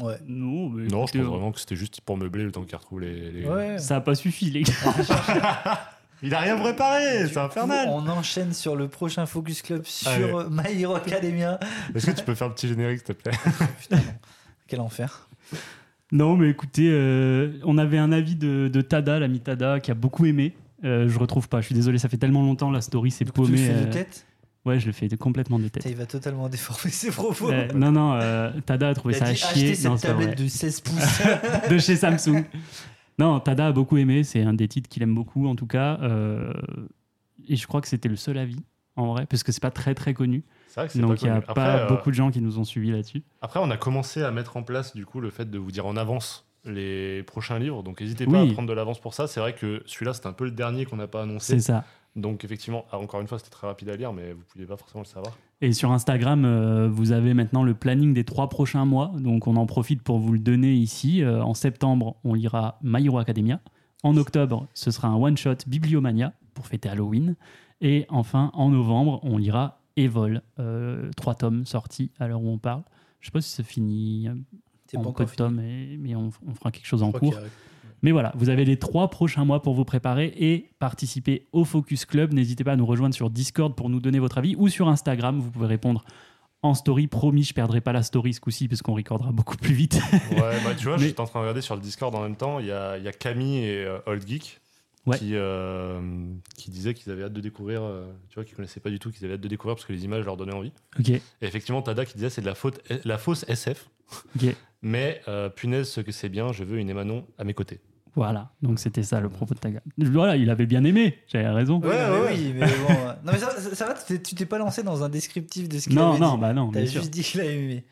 S3: ouais.
S1: Non, mais
S2: Non, je
S1: écoutez, euh,
S2: pense vraiment que c'était juste pour meubler le temps qu'il retrouve les. les-
S3: ouais.
S1: Ça a pas suffi, les gars.
S2: Il a rien préparé,
S3: Du
S2: c'est
S3: coup,
S2: infernal.
S3: On enchaîne sur le prochain Focus Club sur
S1: Ah
S2: Allez.
S3: euh, My Hero Academia.
S2: Est-ce que tu peux faire le petit générique, s'il te plaît
S3: Putain, non. quel enfer.
S1: Non, mais écoutez, euh, on avait un avis de, de Tada, l'ami Tada, qui a beaucoup aimé. Euh, je retrouve pas, je suis désolé, ça fait tellement longtemps, la story s'est
S3: Du coup, tu le
S1: paumée.
S3: fais
S1: euh,
S3: de tête.
S1: ouais, je le fais de- complètement de
S3: Putain,
S1: tête.
S3: il va totalement déformer ses propos.
S1: Euh, non, non, euh, Tada a trouvé
S3: Il
S1: ça
S3: a
S1: à
S3: dit ah, acheter
S1: chier. Non,
S3: cette
S1: c'est pas vrai.
S3: tablette de 16 pouces.
S1: de chez Samsung. Non, Tada a beaucoup aimé, c'est un des titres qu'il aime beaucoup en tout cas. euh, et je crois que c'était le seul avis en vrai, parce que c'est pas très très connu.
S2: C'est vrai que c'est
S1: Donc il n'y
S2: connu.
S1: a
S2: Après,
S1: pas
S2: euh,
S1: beaucoup de gens qui nous ont suivis là-dessus.
S2: Après, on a commencé à mettre en place du coup le fait de vous dire en avance les prochains livres. Donc n'hésitez pas
S1: Oui.
S2: à prendre de l'avance pour ça. C'est vrai que celui-là, c'est un peu le dernier qu'on n'a pas annoncé.
S1: C'est ça.
S2: Donc effectivement, ah, encore une fois, c'était très rapide à lire, mais vous ne pouviez pas forcément le savoir.
S1: Et sur Instagram, euh, vous avez maintenant le planning des trois prochains mois. Donc on en profite pour vous le donner ici. Euh, en septembre, on lira My Hero Academia. En octobre, ce sera un one-shot Bibliomania pour fêter Halloween. Et enfin, en novembre, on lira Evol, euh, trois tomes sortis à l'heure où on parle. Je sais pas si ça finit euh,
S3: C'est
S1: en
S3: pas
S1: peu
S3: encore
S1: de tomes, et- mais on, on fera quelque chose en
S3: fini. Je crois
S1: cours.
S3: qu'il arrive.
S1: Mais voilà, vous avez les trois prochains mois pour vous préparer et participer au Focus Club. N'hésitez pas à nous rejoindre sur Discord pour nous donner votre avis ou sur Instagram. Vous pouvez répondre en story. Promis, je perdrai pas la story ce coup-ci parce qu'on recordera beaucoup plus vite.
S2: Ouais, bah tu vois,
S1: Mais-
S2: j'étais en train de regarder sur le Discord en même temps. Il y a, il y a Camille et euh, Old Geek
S1: Ouais.
S2: qui, euh, qui disaient qu'ils avaient hâte de découvrir, euh, tu vois, qu'ils connaissaient pas du tout, qu'ils avaient hâte de découvrir parce que les images leur donnaient envie.
S1: ok,
S2: Et effectivement, Tada qui disait c'est de la, faute, eh, la fausse SF.
S1: ok.
S2: Mais euh, punaise, ce que c'est bien, je veux une Emanon à mes côtés.
S1: Voilà, donc c'était ça le propos de Taga. Voilà, il avait bien aimé, j'avais raison.
S3: Oui,
S2: Ouais,
S3: non, mais
S2: ouais.
S3: oui, mais bon. euh, Non, mais ça, ça, ça va, tu t'es- tu t'es pas lancé dans un descriptif de ce qu'il
S1: Non,
S3: avait
S1: non,
S3: dit.
S1: bah non,
S3: T'as
S1: bien sûr.
S3: juste dit qu'il a aimé.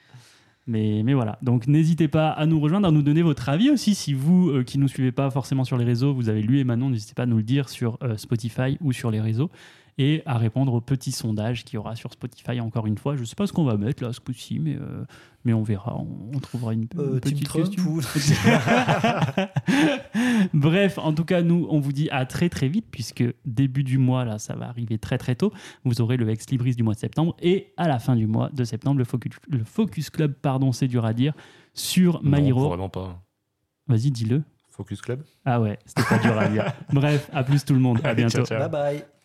S1: Mais, mais voilà, donc n'hésitez pas à nous rejoindre, à nous donner votre avis aussi. Si vous euh, qui nous suivez pas forcément sur les réseaux, vous avez lu et Manon, n'hésitez pas à nous le dire sur euh, Spotify ou sur les réseaux et à répondre au petit sondage qu'il y aura sur Spotify encore une fois. Je sais pas ce qu'on va mettre là ce coup-ci, mais, euh, mais on verra, on, on trouvera une,
S3: Euh,
S1: une
S3: Team
S1: petite
S3: Trump
S1: question.
S3: ou-
S1: Bref, en tout cas, nous, on vous dit à très très vite, puisque début du mois, là, ça va arriver très très tôt. Vous aurez le Ex Libris du mois de septembre et à la fin du mois de septembre, le Focus, le focus Club, pardon, c'est dur à dire, sur My
S2: Non,
S1: Hero.
S2: Vraiment pas.
S1: Vas-y, dis-le.
S2: Focus Club
S1: Ah ouais, c'était pas dur à dire. Bref, à plus tout le monde. À
S2: Allez,
S1: bientôt.
S2: ciao,
S3: Bye
S2: ciao.
S3: bye.